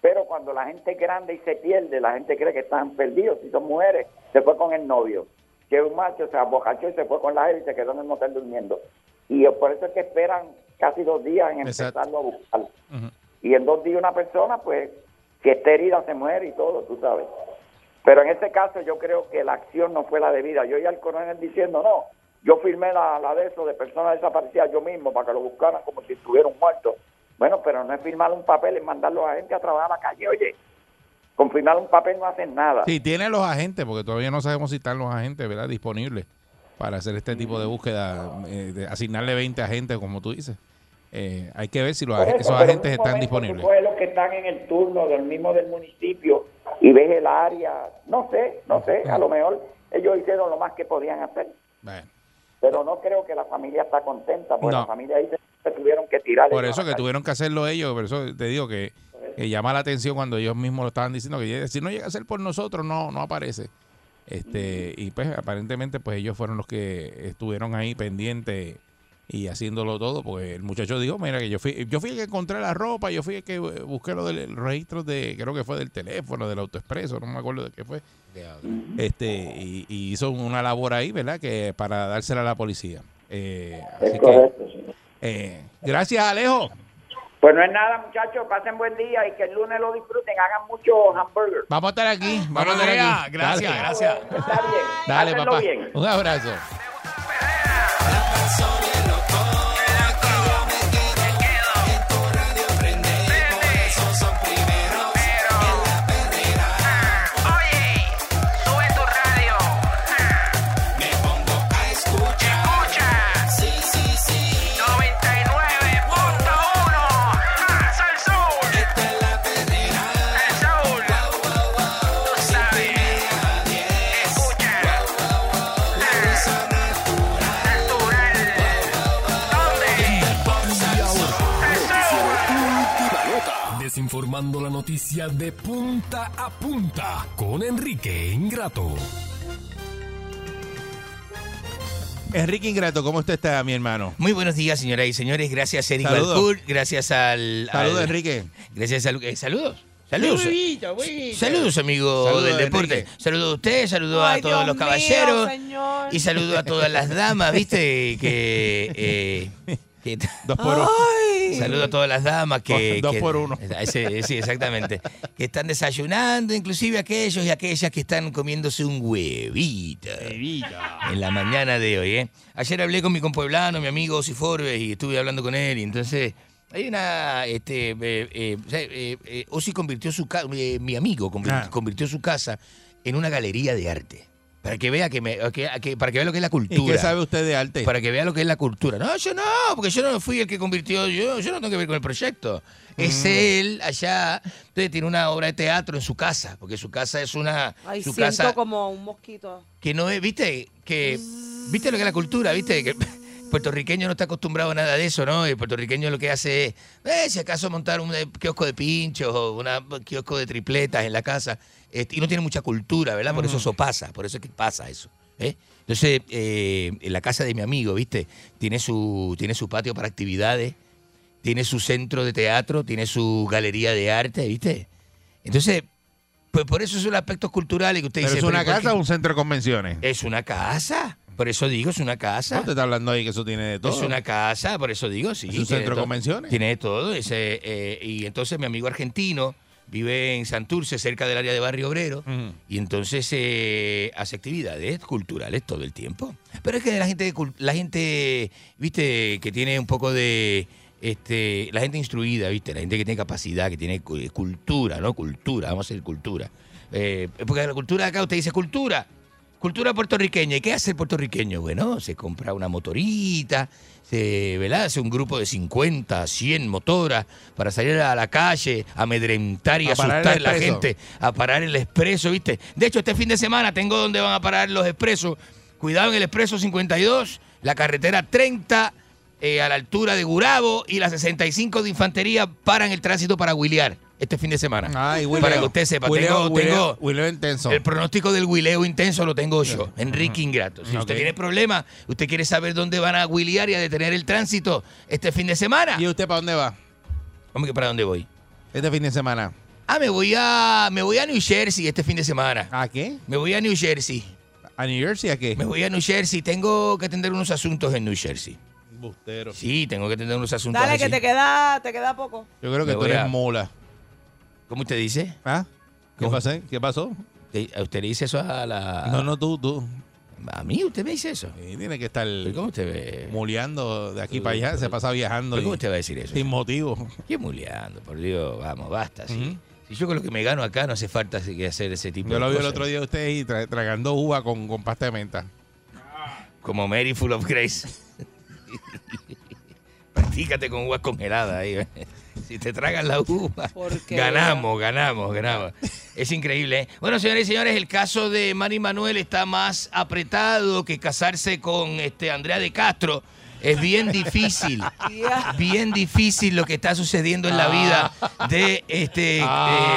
E: Pero cuando la gente es grande y se pierde, la gente cree que están perdidos. Si son mujeres, se fue con el novio. Si es un macho, se abocachó y se fue con la él y se quedó en el motel durmiendo. Y por eso es que esperan casi dos días en
B: Exacto.
E: empezarlo a buscar.
B: Ujú.
E: Y en dos días una persona, pues, que esté herida se muere y todo, tú sabes. Pero en este caso yo creo que la acción no fue la debida. Yo oí al coronel diciendo, no, yo firmé la, la de eso de personas desaparecidas yo mismo para que lo buscaran como si estuvieran muertos. Bueno, pero no es firmar un papel, es mandarlo a gente a trabajar a la calle. Oye, con firmar un papel no hacen nada.
B: Sí, tiene los agentes, porque todavía no sabemos si están los agentes, ¿verdad? Disponibles para hacer este tipo de búsqueda, eh, de asignarle 20 agentes, como tú dices. Eh, hay que ver si los
E: Por
B: agen-
E: eso,
B: esos
E: pero en
B: agentes
E: un
B: están
E: momento
B: disponibles.
E: Tú coges los que están en el turno del mismo del municipio y ves el área, no sé, no sé, a lo mejor ellos hicieron lo más que podían hacer,
B: Bueno,
E: pero no creo que la familia está contenta, porque
B: No.
E: la familia dice que tuvieron que tirar.
B: por
E: ellos
B: eso
E: a la
B: que
E: calle.
B: tuvieron que hacerlo ellos, por eso te digo que, que llama la atención cuando ellos mismos lo estaban diciendo, que si no llega a ser por nosotros, no, no aparece. Este, y pues aparentemente pues ellos fueron los que estuvieron ahí pendientes y haciéndolo todo, porque el muchacho dijo, mira que yo fui, yo fui el que encontré la ropa, yo fui el que eh, busqué lo del registro de, creo que fue del teléfono, del autoexpreso, no me acuerdo de qué fue. Este, y, y hizo una labor ahí, ¿verdad? que para dársela a la policía. Eh,
E: Es
B: así que,
E: correcto, sí.
B: eh, gracias Alejo.
E: Pues no es nada, muchachos, pasen buen día y que el lunes lo disfruten, hagan mucho hamburger.
B: Vamos a estar aquí. Vamos a
D: Buenos
B: estar
D: días,
B: aquí.
D: gracias,
B: Dale.
D: gracias.
E: Está bien,
B: Dale,
E: pásenlo
B: papá.
E: bien.
B: Un abrazo.
A: Oye, sube tu radio. Me pongo a escuchar. Escucha. Sí, sí, sí. 99.1. Más el sol. Esta es la perrera. El sol. Tú sabes. Escucha. La risa natural. Natural. ¿Dónde? El sol.
H: Desinformando la noticia de punta a punta con Enrique Ingrato.
B: Enrique Ingrato, ¿cómo usted está, mi hermano?
D: Muy buenos días, señoras y señores. Gracias, Eric
B: Saludos.
D: Balcour. Gracias al.
B: Saludos,
D: al-
B: Enrique.
D: Gracias a Lu- eh, saludos. Saludos. eh, Saludos, amigo
B: Saludos,
D: del deporte.
B: Enrique.
D: Saludos a usted, saludos
C: Ay,
D: a todos
C: Dios
D: los
C: mío,
D: caballeros.
C: señor.
D: Y saludos a todas las damas, ¿viste? Que. eh, que-
B: Dos por uno.
D: Saludos a todas las damas que...
B: Dos
D: que-
B: por uno.
D: Ese- sí, exactamente. Que están desayunando, inclusive aquellos y aquellas que están comiéndose un huevito. En la mañana de hoy, ¿eh? Ayer hablé con mi compueblano, mi amigo Forbes, y estuve hablando con él, y entonces... Hay una, este, eh, eh, o sea, eh, eh, Ozzy convirtió su casa, mi amigo convirtió,
B: Ah.
D: convirtió su casa en una galería de arte. Para que vea que, me, que- que- para que vea lo que es la cultura.
B: ¿Y qué sabe usted de arte?
D: Para que vea lo que es la cultura. No, yo no, porque yo no fui el que convirtió, yo, yo no tengo que ver con el proyecto.
C: Mm.
D: Es él allá, entonces tiene una obra de teatro en su casa, porque su casa es una...
C: Ay,
D: su
C: siento
D: casa
C: como un mosquito.
D: que no es, viste, que... ¿Viste lo que es la cultura? ¿Viste? Que el puertorriqueño no está acostumbrado a nada de eso, ¿no? El puertorriqueño lo que hace es, eh, si acaso montar un eh, kiosco de pinchos o una- un kiosco de tripletas en la casa, este, y no tiene mucha cultura, ¿verdad? Por eso
B: Mm.
D: eso pasa, por eso es que pasa eso. ¿eh? Entonces, eh, en la casa de mi amigo, ¿viste? Tiene su, tiene su patio para actividades, tiene su centro de teatro, tiene su galería de arte, ¿viste? Entonces, pues por eso son los aspectos culturales que usted
B: ¿Pero
D: dice.
B: es una
D: ¿pero por
B: casa o
D: qué?
B: un centro de convenciones?
D: Es una casa. Por eso digo, es una casa.
B: Usted está hablando ahí que eso tiene de todo.
D: Es una casa, por eso digo, sí.
B: Es
D: tiene
B: un centro de
D: todo.
B: convenciones.
D: Tiene de todo. ese, eh, y entonces mi amigo argentino vive en Santurce, cerca del área de Barrio Obrero.
B: Ujú.
D: Y entonces eh, hace actividades culturales todo el tiempo. Pero es que la gente, de cul- la gente viste, que tiene un poco de, este, la gente instruida, ¿viste? La gente que tiene capacidad, que tiene cu- cultura, ¿no? Cultura, vamos a decir cultura. Eh, porque la cultura de acá usted dice cultura, cultura puertorriqueña. ¿Y qué hace el puertorriqueño? Bueno, se compra una motorita, se, ¿verdad? Hace un grupo de 50, 100 motoras para salir a la calle, amedrentar y
B: A parar el
D: asustar a la
B: expreso.
D: gente, a parar el expreso, ¿viste? De hecho, este fin de semana tengo donde van a parar los expresos. Cuidado en el expreso 52, la carretera 30, eh, a la altura de Gurabo y la 65 de Infantería paran el tránsito para huilear este fin de semana.
B: Ay,
D: para que usted sepa,
B: Wileo,
D: tengo-
B: Wileo,
D: tengo-
B: Wileo intenso.
D: el pronóstico del huileo intenso lo tengo yo, Enrique Ingrato. Si usted
B: Ok.
D: tiene problemas, usted quiere saber dónde van a huilear y a detener el tránsito este fin de semana.
B: ¿Y usted para dónde va?
D: ¿Cómo que para dónde voy?
B: Este fin de semana.
D: Ah, me voy a me voy a New Jersey este fin de semana.
B: ¿A qué?
D: Me voy a New Jersey.
B: ¿A New Jersey a qué?
D: Me voy a New Jersey. Tengo que atender unos asuntos en New Jersey.
B: Bustero.
D: Sí, tengo que atender unos asuntos.
C: Dale,
D: allí.
C: que te queda, te queda poco.
B: Yo creo
D: Me
B: que tú
D: voy
B: eres
D: a-
B: mola.
D: ¿Cómo usted dice?
B: ¿Ah? ¿Qué
D: ¿Cómo?
B: pasó? ¿Qué pasó?
D: Te- ¿A usted le dice eso a la.
B: No, no, tú, tú.
D: A mí usted me dice eso.
B: Sí, tiene que estar
D: ¿Pero ¿Cómo usted ve?
B: muleando de aquí para allá. Se pasa viajando
D: Eh, ¿Pero
B: y-
D: ¿Cómo usted va a decir eso?
B: sin motivo.
D: Qué muleando, por Dios, vamos, basta. sí.
B: Ujú.
D: Si yo con lo que me gano acá no hace falta así que hacer ese tipo
B: Yo
D: de
B: lo vi el
D: cosas.
B: otro día a usted y tra- tragando uva con, con pasta de menta.
D: Como Mary Full of Grace. Practícate con uvas congeladas ahí. eh. Si te tragan la uva,
C: Porquería.
D: ganamos, ganamos, ganamos. Es increíble. ¿eh? Bueno, señores y señores, el caso de Manny Manuel está más apretado que casarse con este Andrea de Castro. Es bien difícil.
C: Ya.
D: bien difícil lo que está sucediendo en la vida de este eh,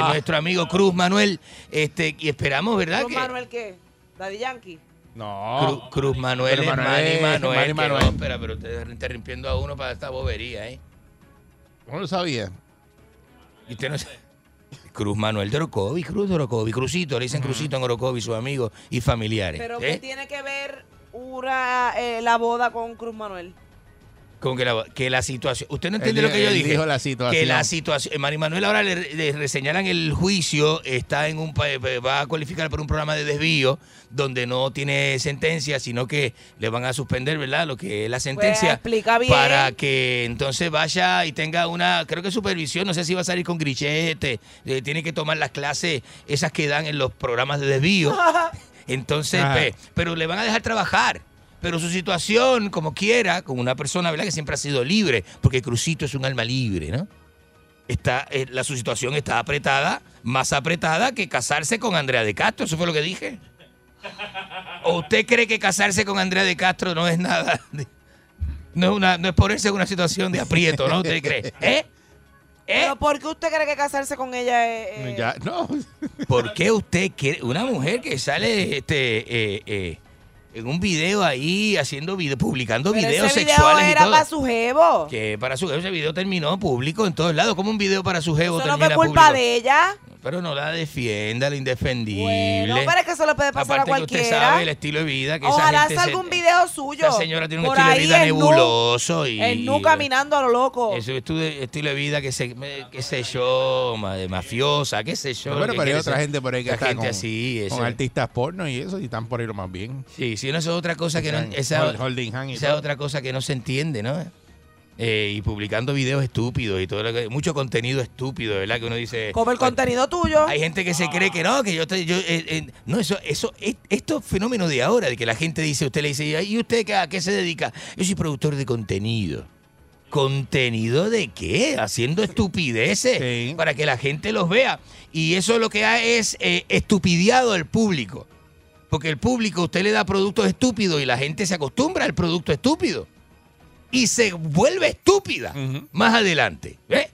D: nuestro amigo Cruz Manuel. Este, y esperamos, ¿verdad?
C: ¿Con
D: que-
C: Manuel qué? Daddy Yankee.
B: No.
D: Cru- Cruz Ah. Manuel,
B: Pero
D: es
B: Manuel,
D: Manny Manuel.
B: Manny
D: que
B: Manuel.
D: no, espera, pero ustedes están interrumpiendo a uno para esta bobería, ¿eh?
B: No lo sabía.
D: Y usted no sabe. Cruz Manuel de Orocovi, Cruz de Orocovi, Cruzito, le dicen Cruzito en Orocovi, sus amigos y familiares.
C: Pero
D: ¿eh?
C: ¿qué tiene que ver una, eh, la boda con Cruz Manuel?
D: Como que la, que la situación. ¿Usted no
B: Él
D: entiende lo
B: dijo-
D: que yo
B: él
D: dije?
B: dijo la situación.
D: Que la situación. Mari Manuel ahora le, le reseñalan el juicio, está en un pa- eh, va a cualificar por un programa de desvío donde no tiene sentencia, sino que le van a suspender, ¿verdad? Lo que es la sentencia.
C: Pues, explica bien.
D: Para que entonces vaya y tenga una, creo que supervisión, no sé si va a salir con grillete, eh, tiene que tomar las clases, esas que dan en los programas de desvío.
C: Ah,
D: Entonces,
B: Ajá.
D: pe- pero le van a dejar trabajar. Pero su situación, como quiera, como una persona, ¿verdad? Que siempre ha sido libre, porque Crucito es un alma libre, ¿no? Está, eh, la, su situación está apretada, más apretada que casarse con Andrea de Castro, eso fue lo que dije. ¿O usted cree que casarse con Andrea de Castro no es nada? de- no, es una, no es ponerse en una situación de aprieto, ¿no? ¿Usted cree? ¿Eh? ¿Eh?
C: ¿Pero por qué usted cree que casarse con ella es...? eh,
B: Ya, no.
D: ¿Por qué usted quiere una mujer que sale este eh, eh, en un video ahí haciendo video, publicando
C: pero
D: videos
C: ese
D: sexuales
C: video
D: y
C: era
D: todo?
C: para su jevo.
D: Que para su ese video terminó público en todos lados, como un video para su jevo
C: Eso no
D: termina
C: fue culpa
D: público?
C: de ella.
D: Pero no la defienda, la indefendible.
C: Bueno, pero es que se lo puede pasar
D: Aparte
C: a
D: que usted
C: cualquiera.
D: sabe el estilo de vida que
C: Ojalá
D: esa gente
C: salga
D: se-
C: un video suyo.
D: Esa señora tiene un
C: Por
D: estilo de
C: ahí
D: vida
C: en nu,
D: nebuloso y
C: En nu caminando a lo loco.
D: Eso es tu de- estilo de vida, que sé, me- qué sé yo, ma- de mafiosa, qué sé yo.
B: Pero,
D: lo que
B: pero hay
D: quiere
B: otra
D: ser.
B: gente por ahí que
D: Esa
B: está
D: gente
B: con,
D: así,
B: con
D: ese-
B: artistas porno y eso, y están por ahí lo más bien.
D: Sí, sí, no, eso es otra cosa que no,
B: Están
D: esa,
B: hold- holding hand y
D: esa es
B: todo.
D: otra cosa que no se entiende, ¿no? Eh, y publicando videos estúpidos y todo lo que, mucho contenido estúpido, ¿verdad? Que uno dice.
C: Como el contenido tuyo.
D: Hay gente que se cree que no, que yo estoy, yo, eh, eh, no, eso, eso, es- estos fenómenos de ahora, de que la gente dice, usted le dice, ¿y usted qué- a qué se dedica? Yo soy productor de contenido. ¿Contenido de qué? Haciendo estupideces
B: Sí.
D: para que la gente los vea. Y eso lo que ha es eh, estupideado al público. Porque el público, usted le da productos estúpidos y la gente se acostumbra al producto estúpido. Y se vuelve estúpida
B: Ujú.
D: más adelante. ¿Ve?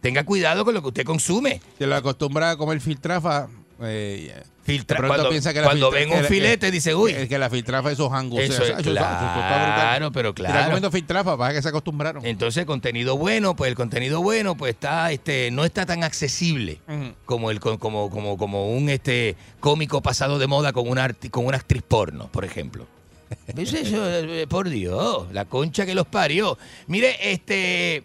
D: Tenga cuidado con lo que usted consume.
B: Se lo acostumbra a comer filtrafa. Eh,
D: Filtra-
B: de pronto
D: cuando
B: piensa que la
D: cuando
B: filtra-
D: ven un
B: que-
D: filete,
B: que-
D: dice, uy,
B: que- que la filtrafa esos hangos.
D: Eso es, claro, pero claro.
B: Está comiendo filtrafa, para que se acostumbraron.
D: entonces contenido bueno, pues el contenido bueno, pues está, este, no está tan accesible
B: Ujú.
D: como el co- como, como, como un este cómico pasado de moda con una arti- con una actriz porno, por ejemplo. Pues eso, eh, por Dios, la concha que los parió. Mire, este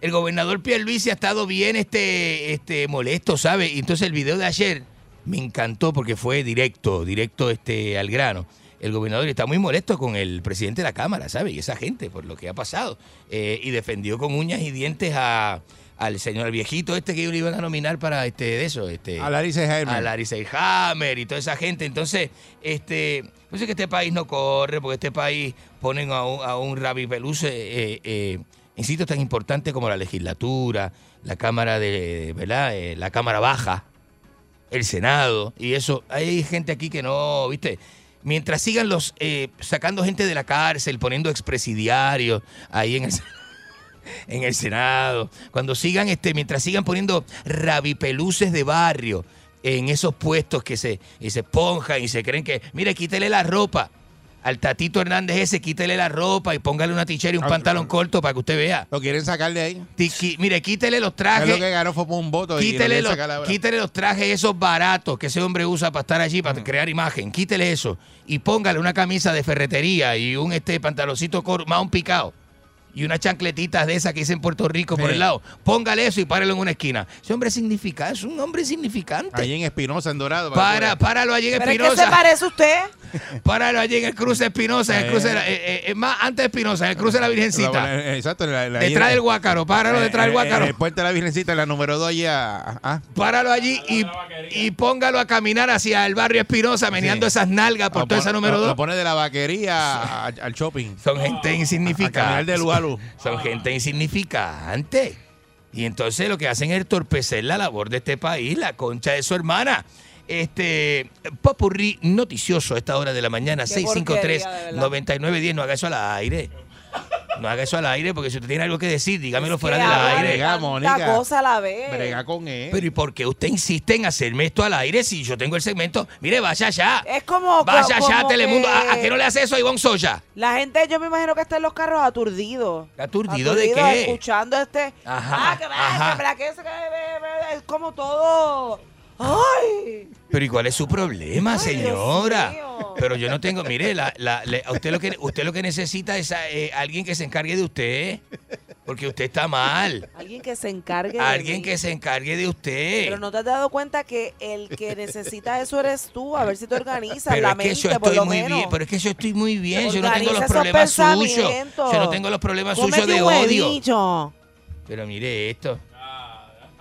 D: el gobernador Pierluisi ha estado bien este, este molesto, ¿sabe? Y entonces el video de ayer me encantó porque fue directo, directo este al grano. el gobernador y está muy molesto con el presidente de la Cámara, ¿sabes? Y esa gente por lo que ha pasado. Eh, y defendió con uñas y dientes a, al señor al viejito este que le iban a nominar para este de eso. Este,
B: A Larry Seidhammer.
D: A Larry Seidhammer y toda esa gente. Entonces, este, pues es que este país no corre, porque este país ponen a un, a un Rabi Peluce eh, eh, en sitios tan importantes como la legislatura, la Cámara de, ¿verdad? Eh, la Cámara Baja, el Senado y eso. Hay gente aquí que no, ¿viste? Mientras sigan los eh, sacando gente de la cárcel, poniendo expresidiarios ahí en el, en el Senado, cuando sigan este, mientras sigan poniendo rabipeluces de barrio en esos puestos que se y se esponjan y se creen que, mire, quítele la ropa. Al Tatito Hernández ese, quítele la ropa y póngale una tichera y un
B: Ah,
D: pantalón
B: claro.
D: corto para que usted vea.
B: Lo quieren sacar de ahí.
D: Tiqui- mire, quítele los
B: Es lo
D: trajes.
B: que ganó fue por un voto. y lo
D: Ah, Quítele
B: quieren
D: los,
B: sacar ahora.
D: quítele los trajes esos baratos que ese hombre usa para estar allí, para crear imagen. Quítele eso y póngale una camisa de ferretería y un este pantaloncito cor- más un picado y unas chancletitas de esas que hice en Puerto Rico por
B: Sí.
D: el lado. Póngale eso y párelo en una esquina. Ese hombre es significante, es un hombre significante.
B: Ahí en Espinosa, en Dorado.
D: Para, páralo allí en
C: ¿Pero es que se
D: Espinosa.
C: parece usted?
D: Páralo allí en el cruce de Espinosa. En el
B: Eh.
D: cruce de la- eh, eh, es más, antes de Espinosa, en el cruce de la Virgencita.
B: La- eh, exacto. la- la-
D: Detrás
B: ahí-
D: del Guácaro, páralo detrás del
B: Eh, eh, En
D: Guácaro.
B: el puente de la Virgencita, en la número 2 allá. ah,
D: Páralo allí y, y póngalo a caminar hacia el barrio Espinosa, meneando esas nalgas por toda
B: Lo pon-
D: pues esa número
B: lo- Lo
D: 2.
B: pone de la vaquería a- al shopping.
D: Son gente
B: A caminar
D: insignificante.
B: del Ualu.
D: Son gente insignificante. Y entonces lo que hacen es entorpecer la labor de este país, la concha de su hermana. Este popurrí noticioso a esta hora de la mañana,
C: Qué porquería, de verdad.
D: 653-9910. No haga eso al aire. No haga eso al aire, porque si usted tiene algo que decir, dígamelo fuera
C: Que
D: del
C: habla
D: aire.
B: brega,
C: tanta
B: Mónica.
C: cosa a la vez.
B: Brega con él.
D: Pero ¿y por qué usted insiste en hacerme esto al aire si yo tengo el segmento? Mire, vaya allá.
C: Es como-
D: Vaya
C: co-
D: allá,
C: como
D: Telemundo.
C: que-
D: ¿A, a qué no le hace eso a Ivonne Soya?
C: La gente, yo me imagino que está en los carros aturdido.
D: ¿Aturdido de qué?
C: Escuchando este.
D: Ajá,
C: Ah, que
D: ajá.
C: va, que bla, que eso, que bla, bla, bla, Es como todo. ¡Ay!
D: Pero ¿y cuál es su problema,
C: Ay, Dios
D: señora?
C: mío.
D: Pero yo no tengo, mire, la, la- le- a usted lo que usted lo que necesita es a, eh, alguien que se encargue de usted, porque usted está mal.
C: Alguien que se encargue. de
D: Alguien
C: mí.
D: que se encargue de usted.
C: Pero no te has dado cuenta que el que necesita eso eres tú. A ver si te organizas
D: Pero
C: la
D: es que yo
C: mente, por
D: estoy
C: lo
D: muy
C: menos.
D: bien, pero es que yo estoy muy bien, yo no
C: Organiza
D: tengo los
C: esos
D: problemas suyos.
C: pensamientos.
D: Yo no tengo los problemas suyos
C: Cómete
D: de
C: un
D: odio.
C: huevillo.
D: Pero mire esto.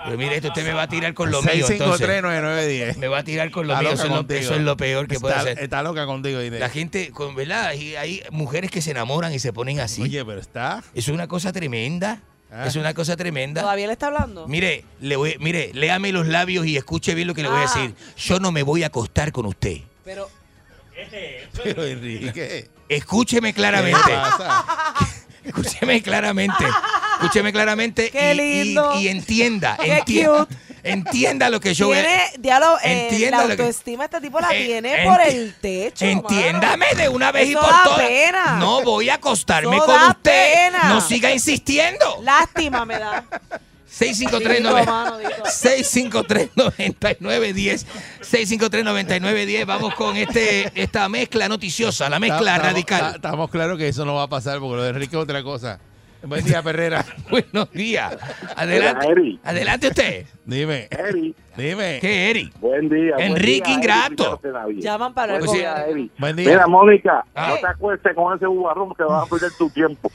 D: Pero mire esto, usted me va a tirar con lo mío. entonces.
B: 6539910.
D: Me va a tirar con lo
B: Está
D: mío.
B: loca
D: Eso es lo,
B: contigo.
D: eso es lo peor que puede
B: Está-
D: hacer.
B: Está loca contigo, Ide.
D: La gente, con, ¿verdad? Y hay mujeres que se enamoran y se ponen así.
B: Oye, pero está.
D: Es una cosa tremenda.
B: Ah.
D: Es una cosa tremenda.
C: ¿Todavía le está hablando?
D: Mire, le voy, mire, léame los labios y escuche bien lo que le voy
C: Ah.
D: a decir. Yo no me voy a acostar con usted.
C: Pero
B: Pero Enrique.
D: Escúcheme
B: ¿Qué
D: claramente. Ah,
B: pasa?
D: Escúcheme claramente. Escúcheme claramente.
C: Qué
D: y- y,
C: lindo.
D: Y, entienda.
C: Qué
D: entienda,
C: cute.
D: entienda lo que yo voy a-
C: tiene, diálogo, eh,
D: Entienda
C: la
D: lo que-
C: autoestima este tipo la
D: Eh,
C: tiene
D: enti-
C: por el techo. mano.
D: Entiéndame de una vez
C: Eso
D: y por
C: da
D: todas.
C: pena.
D: No voy a acostarme
C: Eso
D: con
C: da
D: usted.
C: pena.
D: No siga insistiendo.
C: Lástima me da. Dito, mano,
D: 653-9910.
C: dito.
D: 653-9910. 653-9910. Vamos con este, esta mezcla noticiosa, la mezcla
B: Estamos-
D: radical.
B: estamos- Estamos claros que eso no va a pasar porque lo de Enrique es otra cosa. Buen día, Perrera.
D: Buenos días. Adelante.
F: Hola, Eri.
D: Adelante usted.
B: Dime.
F: Eri,
B: Dime.
D: ¿Qué, Eri?
F: buen día. buen
D: Enrique
F: día, Eri,
D: Ingrato.
F: Ricardo Senavilla.
C: Llaman para hablar
D: Pues
C: con
D: sí,
C: él.
F: Eri.
B: Buen día.
F: Mira, Mónica,
D: Ay.
F: no te acuestes con ese bubarrón que vas a perder tu tiempo.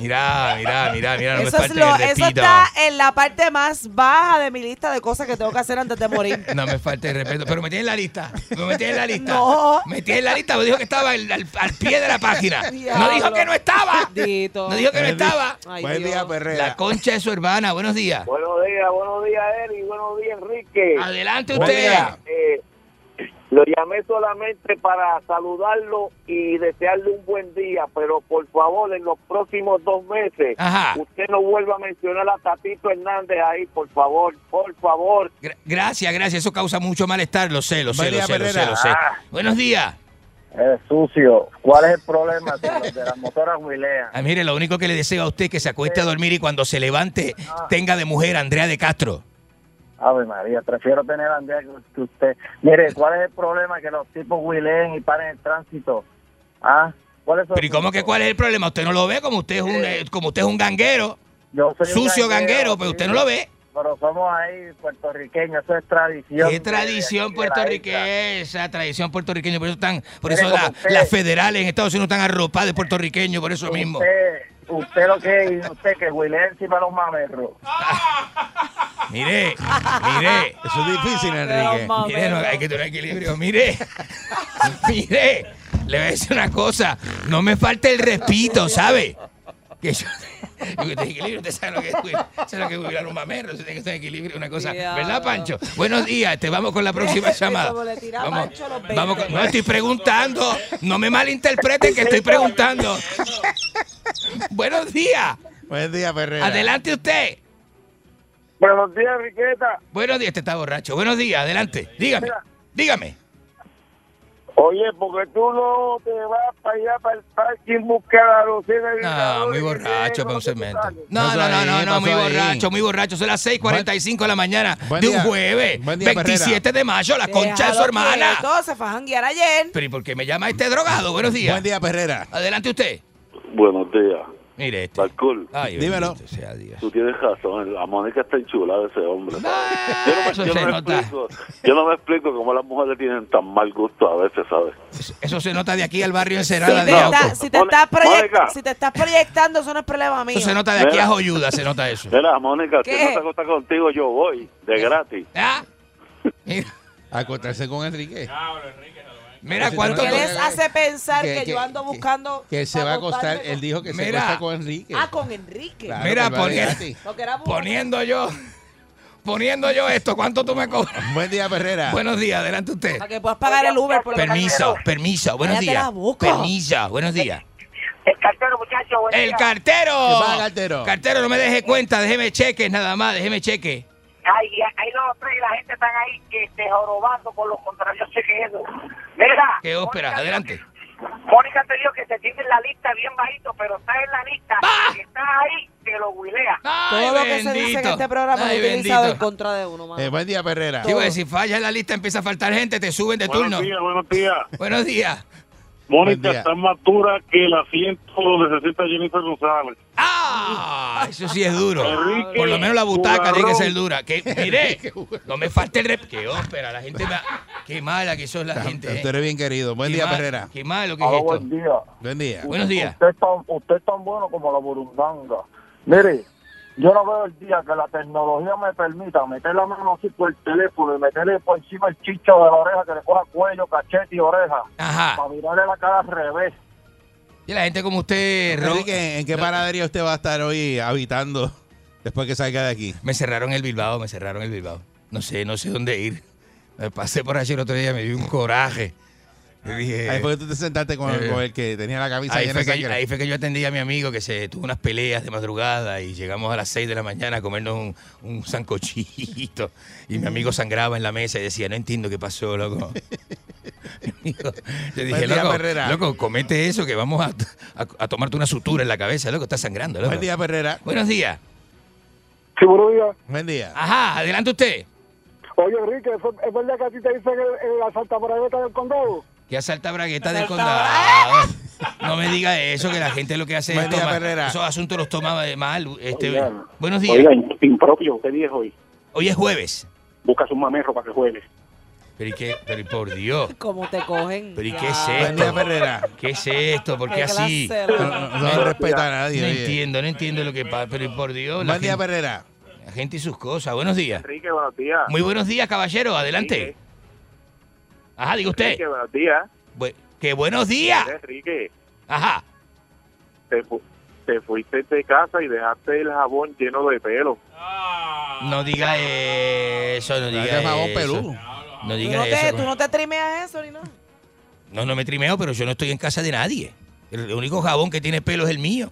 D: Mirá, mirá, mirá, mirá. No me
C: Eso, es
D: falten
C: lo-
D: el
C: eso
D: respeto.
C: está en la parte más baja de mi lista de cosas que tengo que hacer antes de morir.
D: No me falte el respeto. Pero me tiene en la lista. Me metí en la lista.
C: No.
D: Me tiene en la lista. Me dijo que estaba al, al- al pie de la página. No
C: Diablo.
D: dijo que no estaba.
C: Dito.
D: No dijo que no estaba.
C: Ay,
B: Buen
C: Dios.
B: día, Perrera.
D: La concha de su hermana. Buenos días.
F: buenos días, buenos días, Eri. Buenos días, Enrique.
D: Adelante
B: Buen
D: usted.
B: día.
F: Eh, lo llamé solamente para saludarlo y desearle un buen día, pero por favor, en los próximos dos meses,
D: Ajá.
F: usted no vuelva a mencionar a Tatito Hernández ahí, por favor, por favor.
D: Gra- Gracias, gracias. Eso causa mucho malestar. Lo sé, lo sé,
B: Buen
D: lo
B: día,
D: sé, lo sé,
B: Pereira.
D: lo sé.
F: Ah.
D: Buenos días.
F: Es sucio. ¿Cuál es el problema si los de las motoras huilean?
D: Ah, mire, lo único que le deseo a usted es que se acueste a dormir y cuando se levante tenga de mujer a Andrea de Castro.
F: Ave María, prefiero tener a Andrea que usted. Mire, ¿cuál es el problema que los tipos huileen y paren el tránsito? ¿Ah? ¿Cuál es el
D: Pero ¿y cómo que cuál es el problema? Usted no lo ve como usted es un, eh, como usted es un ganguero,
F: Yo soy un
D: sucio ganguero,
F: ganguero,
D: pero
F: sí.
D: usted no lo ve.
F: pero somos ahí puertorriqueños, eso es tradición.
D: Qué tradición
F: de- de la
D: puertorriqueña, tradición puertorriqueña, por eso están, por
F: Mire,
D: eso
F: como
D: la-
F: usted.
D: las federales en Estados Unidos están arropadas de puertorriqueños, por eso
F: isla.
D: mismo.
F: Usted, usted lo que usted que huile encima los mamerros.
D: Mire, mire,
B: Eso es difícil, Enrique.
C: Pero, ma-
D: mire, no, hay que tener equilibrio, mire, mire, le voy a decir una cosa, no me falte el respeto, ¿sabe? Que yo, yo tengo equilibrio, usted sabe lo que es, sabe lo que es jubilar un mamero, usted tiene que estar en equilibrio, una cosa,
C: Cuidado.
D: ¿verdad, Pancho? Buenos días, te vamos con la próxima llamada.
C: Como le tira a
D: Vamos,
C: Pancho los
D: vamos
C: veinte.
D: con- no estoy preguntando, no me malinterpreten que estoy preguntando. Buenos días,
B: Buen día, Ferreira.
D: adelante usted.
F: Buenos días, Riqueta.
D: Buenos días, este está borracho. Buenos días, adelante. Dígame, dígame.
F: Oye, porque tú no te vas para allá, para el parking, buscar a los
D: No, Ah, muy borracho para un segmento. No,
B: Pasó
D: no, no,
B: ahí,
D: no, no,
B: pasó
D: muy
B: ahí.
D: borracho, muy borracho. Son las 6:45 de la mañana
B: Buen
D: de un
B: día.
D: jueves,
B: Buen día,
D: 27 de mayo, la concha de su
C: Déjalo
D: hermana.
C: quieto, se fue a janguear ayer.
D: Pero ¿y por qué me llama este drogado? Buenos días.
B: Buen día, Ferreira.
D: Adelante usted.
I: Buenos días,
D: Mire este.
I: Balcool.
D: Ay,
B: Dímelo.
D: bendito sea Dios.
I: Tú tienes razón, la Mónica está enchulada de ese hombre. Yo no, me,
D: Eso
I: yo
D: se
I: no me
D: nota.
I: explico, yo no me explico cómo las mujeres tienen tan mal gusto a veces, ¿sabes?
D: Eso se nota de aquí al barrio
C: Si
D: Encerrada
C: te,
D: de
C: está-
D: Yauco.
C: si, te
I: Mónica.
C: estás proyec-
I: Mónica.
C: si te estás proyectando, eso no es problema mío.
D: Eso se nota de aquí
I: Mira.
D: a Joyuda, se nota eso.
I: Mira, Mónica, si
C: ¿Qué?
I: no te gusta contigo, yo voy, de gratis.
D: ¿Ah? Mira,
B: A acostarse con Enrique.
D: mira
B: Eso se
D: cuánto.
C: ¿Qué
B: nota
C: les
B: que-
C: hace pensar que,
B: que-
C: yo ando
B: que-
C: buscando.
B: Que se va a acostar.
C: acostarme
B: Él dijo que se
D: Mira.
B: acuesta con Enrique.
C: Ah, con Enrique.
B: Claro,
D: Mira,
B: que él va
D: porque-
B: de gratis.
C: Porque era burro.
D: Poniendo yo, poniendo yo esto, ¿cuánto tú me cobras?
B: Buen día,
F: Ah.
B: Ferreira.
D: Buenos días, adelante usted.
C: Para que puedas pagar el Uber. Por lo
D: Permiso,
C: menos.
D: permiso, buenos
C: Cállate
D: días.
C: la boca.
D: Permiso, buenos días.
F: El cartero, muchacho. buen
D: El
F: día.
D: cartero.
B: ¿Qué pasa, cartero?
D: Cartero, no me deje cuenta, déjeme cheques nada más, déjeme cheque.
F: Ay, hay los tres y la gente están ahí este, jorobando por los contrarios. Yo sé que eso. Mira.
D: Qué ópera, adelante.
F: Mónica te dijo que se tiene en la lista bien bajito, pero está en la lista.
D: ¡Ah!
F: Si está ahí, te lo huilea.
D: Ay,
C: Todo lo que se dice en
D: bendito.
C: este programa
D: Ay,
C: es utilizado en
D: bendito.
C: contra de uno, mano.
B: Eh, buen día, Ferreira.
D: Digo, que si fallas en la lista, empieza a faltar gente, te suben de turno.
I: buenos días.
D: Buenos días.
B: Buen día.
I: Mónica está más dura que el asiento donde se sienta Jennifer González.
D: ¡Ah! Eso sí es duro.
I: Enrique
D: Por lo menos la butaca tiene que ser
I: Jugarrón.
D: dura. Que, mire, no me falte el rep. ¡Qué ópera! La gente me. ha- Qué mala que son la gente.
B: Usted
D: eh.
B: eres bien querido. Buen
D: Qué
B: día,
D: mal-
B: Ferreira.
D: Qué malo que es
F: Aló, buen
D: esto.
F: día.
B: Buen día.
D: Buenos días.
F: Usted es tan, usted es tan bueno como la burundanga. Mire, yo no veo el día que la tecnología me permita meter la mano así por el teléfono y meterle por encima el chicho de la oreja que le coja cuello, cachete y oreja.
D: Ajá.
F: Para mirarle la cara al revés.
D: Y la gente como usted, Ro-
B: Enrique, ¿en qué panadería usted va a estar hoy habitando después que salga de aquí?
D: Me cerraron el Bilbao, me cerraron el Bilbao. No sé, no sé dónde ir. Me pasé por allí el otro día, me dio un coraje. Le dije,
B: Ahí fue que tú te sentaste con,
D: eh,
B: con el que tenía la camisa
D: ahí
B: llena
D: fue
B: de
D: que, yo-
B: sangre.
D: ahí fue que yo atendí a mi amigo que se tuvo unas peleas de madrugada y llegamos a las 6 de la mañana a comernos un, un sancochito. Y mi amigo sangraba en la mesa y decía, no entiendo qué pasó, loco. Mi amigo, Le dije,
B: Buen día,
D: loco,
B: Herrera.
D: loco, comete eso que vamos a, a- a tomarte una sutura en la cabeza, loco, está sangrando, loco.
B: Buen día, Ferreira.
D: Buenos días.
F: Sí, buenos días.
B: Buen día.
D: Ajá, adelante usted.
F: Oye, Enrique, ¿es verdad que a ti te dicen el, la Santa Margarita del Condado?
D: Que asalta bragueta del condado. No me diga eso, que la gente lo que hace
B: Buen
D: es
B: día,
D: tomar.
B: Herrera.
D: Esos asuntos los toma de mal. Este,
F: Oigan,
D: buenos días.
F: Oigan, impropio, ¿qué día es hoy?
D: Hoy es jueves.
F: Buscas un mamerro para que juegues.
D: Pero, ¿y qué? Pero, ¿y por Dios.
C: Como te cogen.
D: Pero, ¿y qué es
C: Ya.
B: Buen día,
D: esto?
B: Ferreira.
D: ¿Qué es esto? ¿Por qué así?
C: clase,
B: No,
C: la-
B: no,
D: eh,
B: no respeta a nadie.
D: No
B: oye.
D: entiendo, no entiendo lo que pasa. Pero, ¿y por Dios. La
B: Buen día,
D: gente,
B: Ferreira.
D: la gente y sus cosas. Buenos días.
F: Enrique, buenos días.
D: Muy buenos días, caballero. Adelante. Ajá, diga usted.
F: buenos días.
D: Bu- Que buenos días.
F: ¿Eh? Enrique,
D: Ajá.
F: te, fuiste de casa y dejaste el jabón lleno de pelo.
D: No diga eso, no diga
B: Gracias, Jabón
D: eso.
B: Perú.
D: No
C: Tú
D: diga
C: no, te,
D: eso. pues.
C: tú no te trimeas eso ni nada.
D: No, no me trimeo, pero yo no estoy en casa de nadie. El único jabón que tiene pelo es el mío.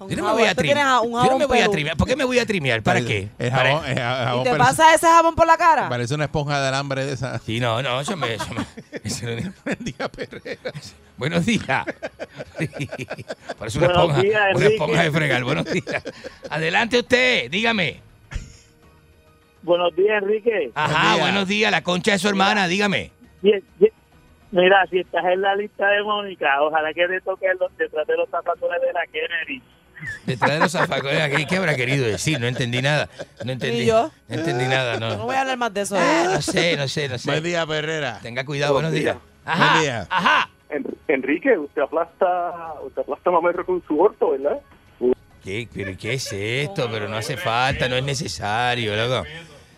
C: Un
D: Yo no me
C: jabón-
D: voy a
C: tú tienes
D: trimear.
C: un
D: Yo no
C: jabón
D: me voy a
C: Perú.
D: trimear. ¿Por qué me voy a trimear? ¿Para qué?
B: El
D: Para-
B: jabón, el ja-
C: ¿Y
B: jabón
C: te
B: parece,
C: pasa ese jabón por la cara?
B: parece una esponja de alambre de esa.
D: Sí, no, no, yo me... yo me- eso no-
B: Buen día, Ferreira.
D: Buenos días. Sí. Parece una esponja, una esponja de fregar. Buenos días. Adelante usted, dígame.
F: Buenos días, Enrique.
D: Ajá,
B: día.
D: buenos días. La concha de su hermana, dígame.
F: Bien, bien. Mira, si estás en la lista de Mónica, ojalá que te toque el, detrás de los zapatos de la Kennedy.
D: Detrás de los zafacones. aquí, ¿Qué habrá querido decir? No entendí nada. No entendí.
C: Ni yo.
D: No entendí nada,
C: Yo No
D: no.
C: voy a hablar más de eso. ¿eh?
D: No sé, no sé, no
B: Buen
D: sé.
B: día, Perrera.
D: Tenga cuidado, buenos días.
B: Buen día.
F: En- Enrique, usted aplasta, usted aplasta mamerro con su orto, ¿verdad?
D: ¿Qué, pero qué es esto? Pero no hace falta, no es necesario, loco.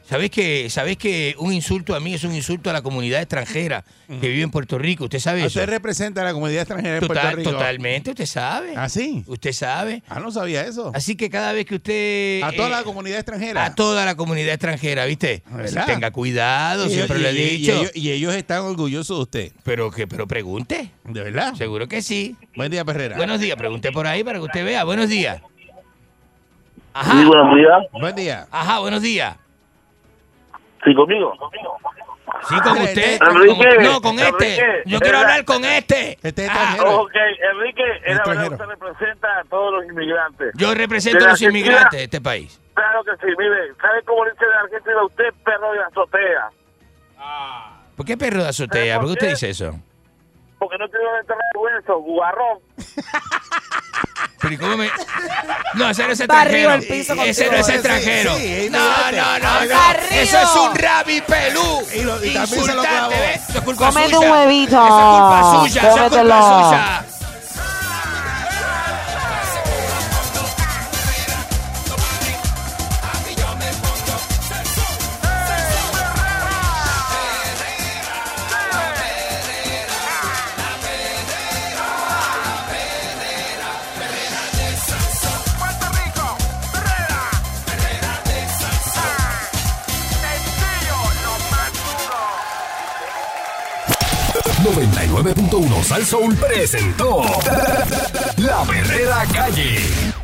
D: ¿Sabéis que, ¿Sabéis que un insulto a mí es un insulto a la comunidad extranjera que vive en Puerto Rico? ¿Usted sabe eso?
B: Ah, Usted representa a la comunidad extranjera en
D: Total-
B: Puerto Rico.
D: Totalmente, usted sabe.
B: ¿Ah, sí?
D: Usted sabe.
B: Ah, no sabía eso.
D: Así que cada vez que usted...
B: A toda
D: eh,
B: la comunidad extranjera.
D: A toda la comunidad extranjera, ¿viste?
B: ¿Verdad?
D: Tenga cuidado,
B: Y-
D: siempre
B: y-
D: lo he
B: y-
D: dicho.
B: Y ellos, y ellos están orgullosos de usted.
D: pero que, pero pregunte.
B: ¿De verdad?
D: Seguro que sí.
B: Buen día, Perrera.
D: Buenos días, pregunte por ahí para que usted vea. Buenos días.
I: Sí,
D: Ajá,
I: buenos días.
B: Buen día.
D: ajá, buenos días.
I: Sí, conmigo.
D: Sí, con usted.
I: Enrique,
D: Con- no, con este.
I: Enrique,
D: Yo quiero
I: era-
D: hablar con este.
B: Este es
D: Ah,
B: extranjero.
I: Ok, Enrique, en la verdad
B: Extranjero.
I: usted representa a todos los inmigrantes.
D: yo represento a
I: De la
D: los
I: Argentina.
D: inmigrantes de este país.
I: Claro que sí, mire, ¿sabe cómo le dicen en Argentina a usted, perro de azotea?
D: ¿Por qué perro de azotea?
I: ¿Pero
D: ¿Por
I: Eh, por
D: qué usted
I: qué?
D: dice eso?
I: Porque no tiene dónde enterrar el hueso, guarrón.
D: Pero ¿y cómo me.? No, ese no es
C: Está arriba
D: extranjero.
C: el piso contigo.
D: ese no es
B: Sí,
D: extranjero.
B: sí, es
D: no,
B: inmigrante.
D: no, no,
C: Está
D: no.
C: arriba.
D: Eso es un rabi pelú.
B: Y lo- y también se lo
D: Insultante,
B: clavó.
D: ¿ves? Eso es culpa
C: Cómete
D: suya.
C: un huevito.
D: Eso es culpa suya. Eso es
C: Cómetelo.
D: culpa suya.
A: Puerto Rico, Herrera, Herrera de salsa. Sencillo, lo más duro.
H: 99.1 Sal Soul presentó La Verdadera Calle.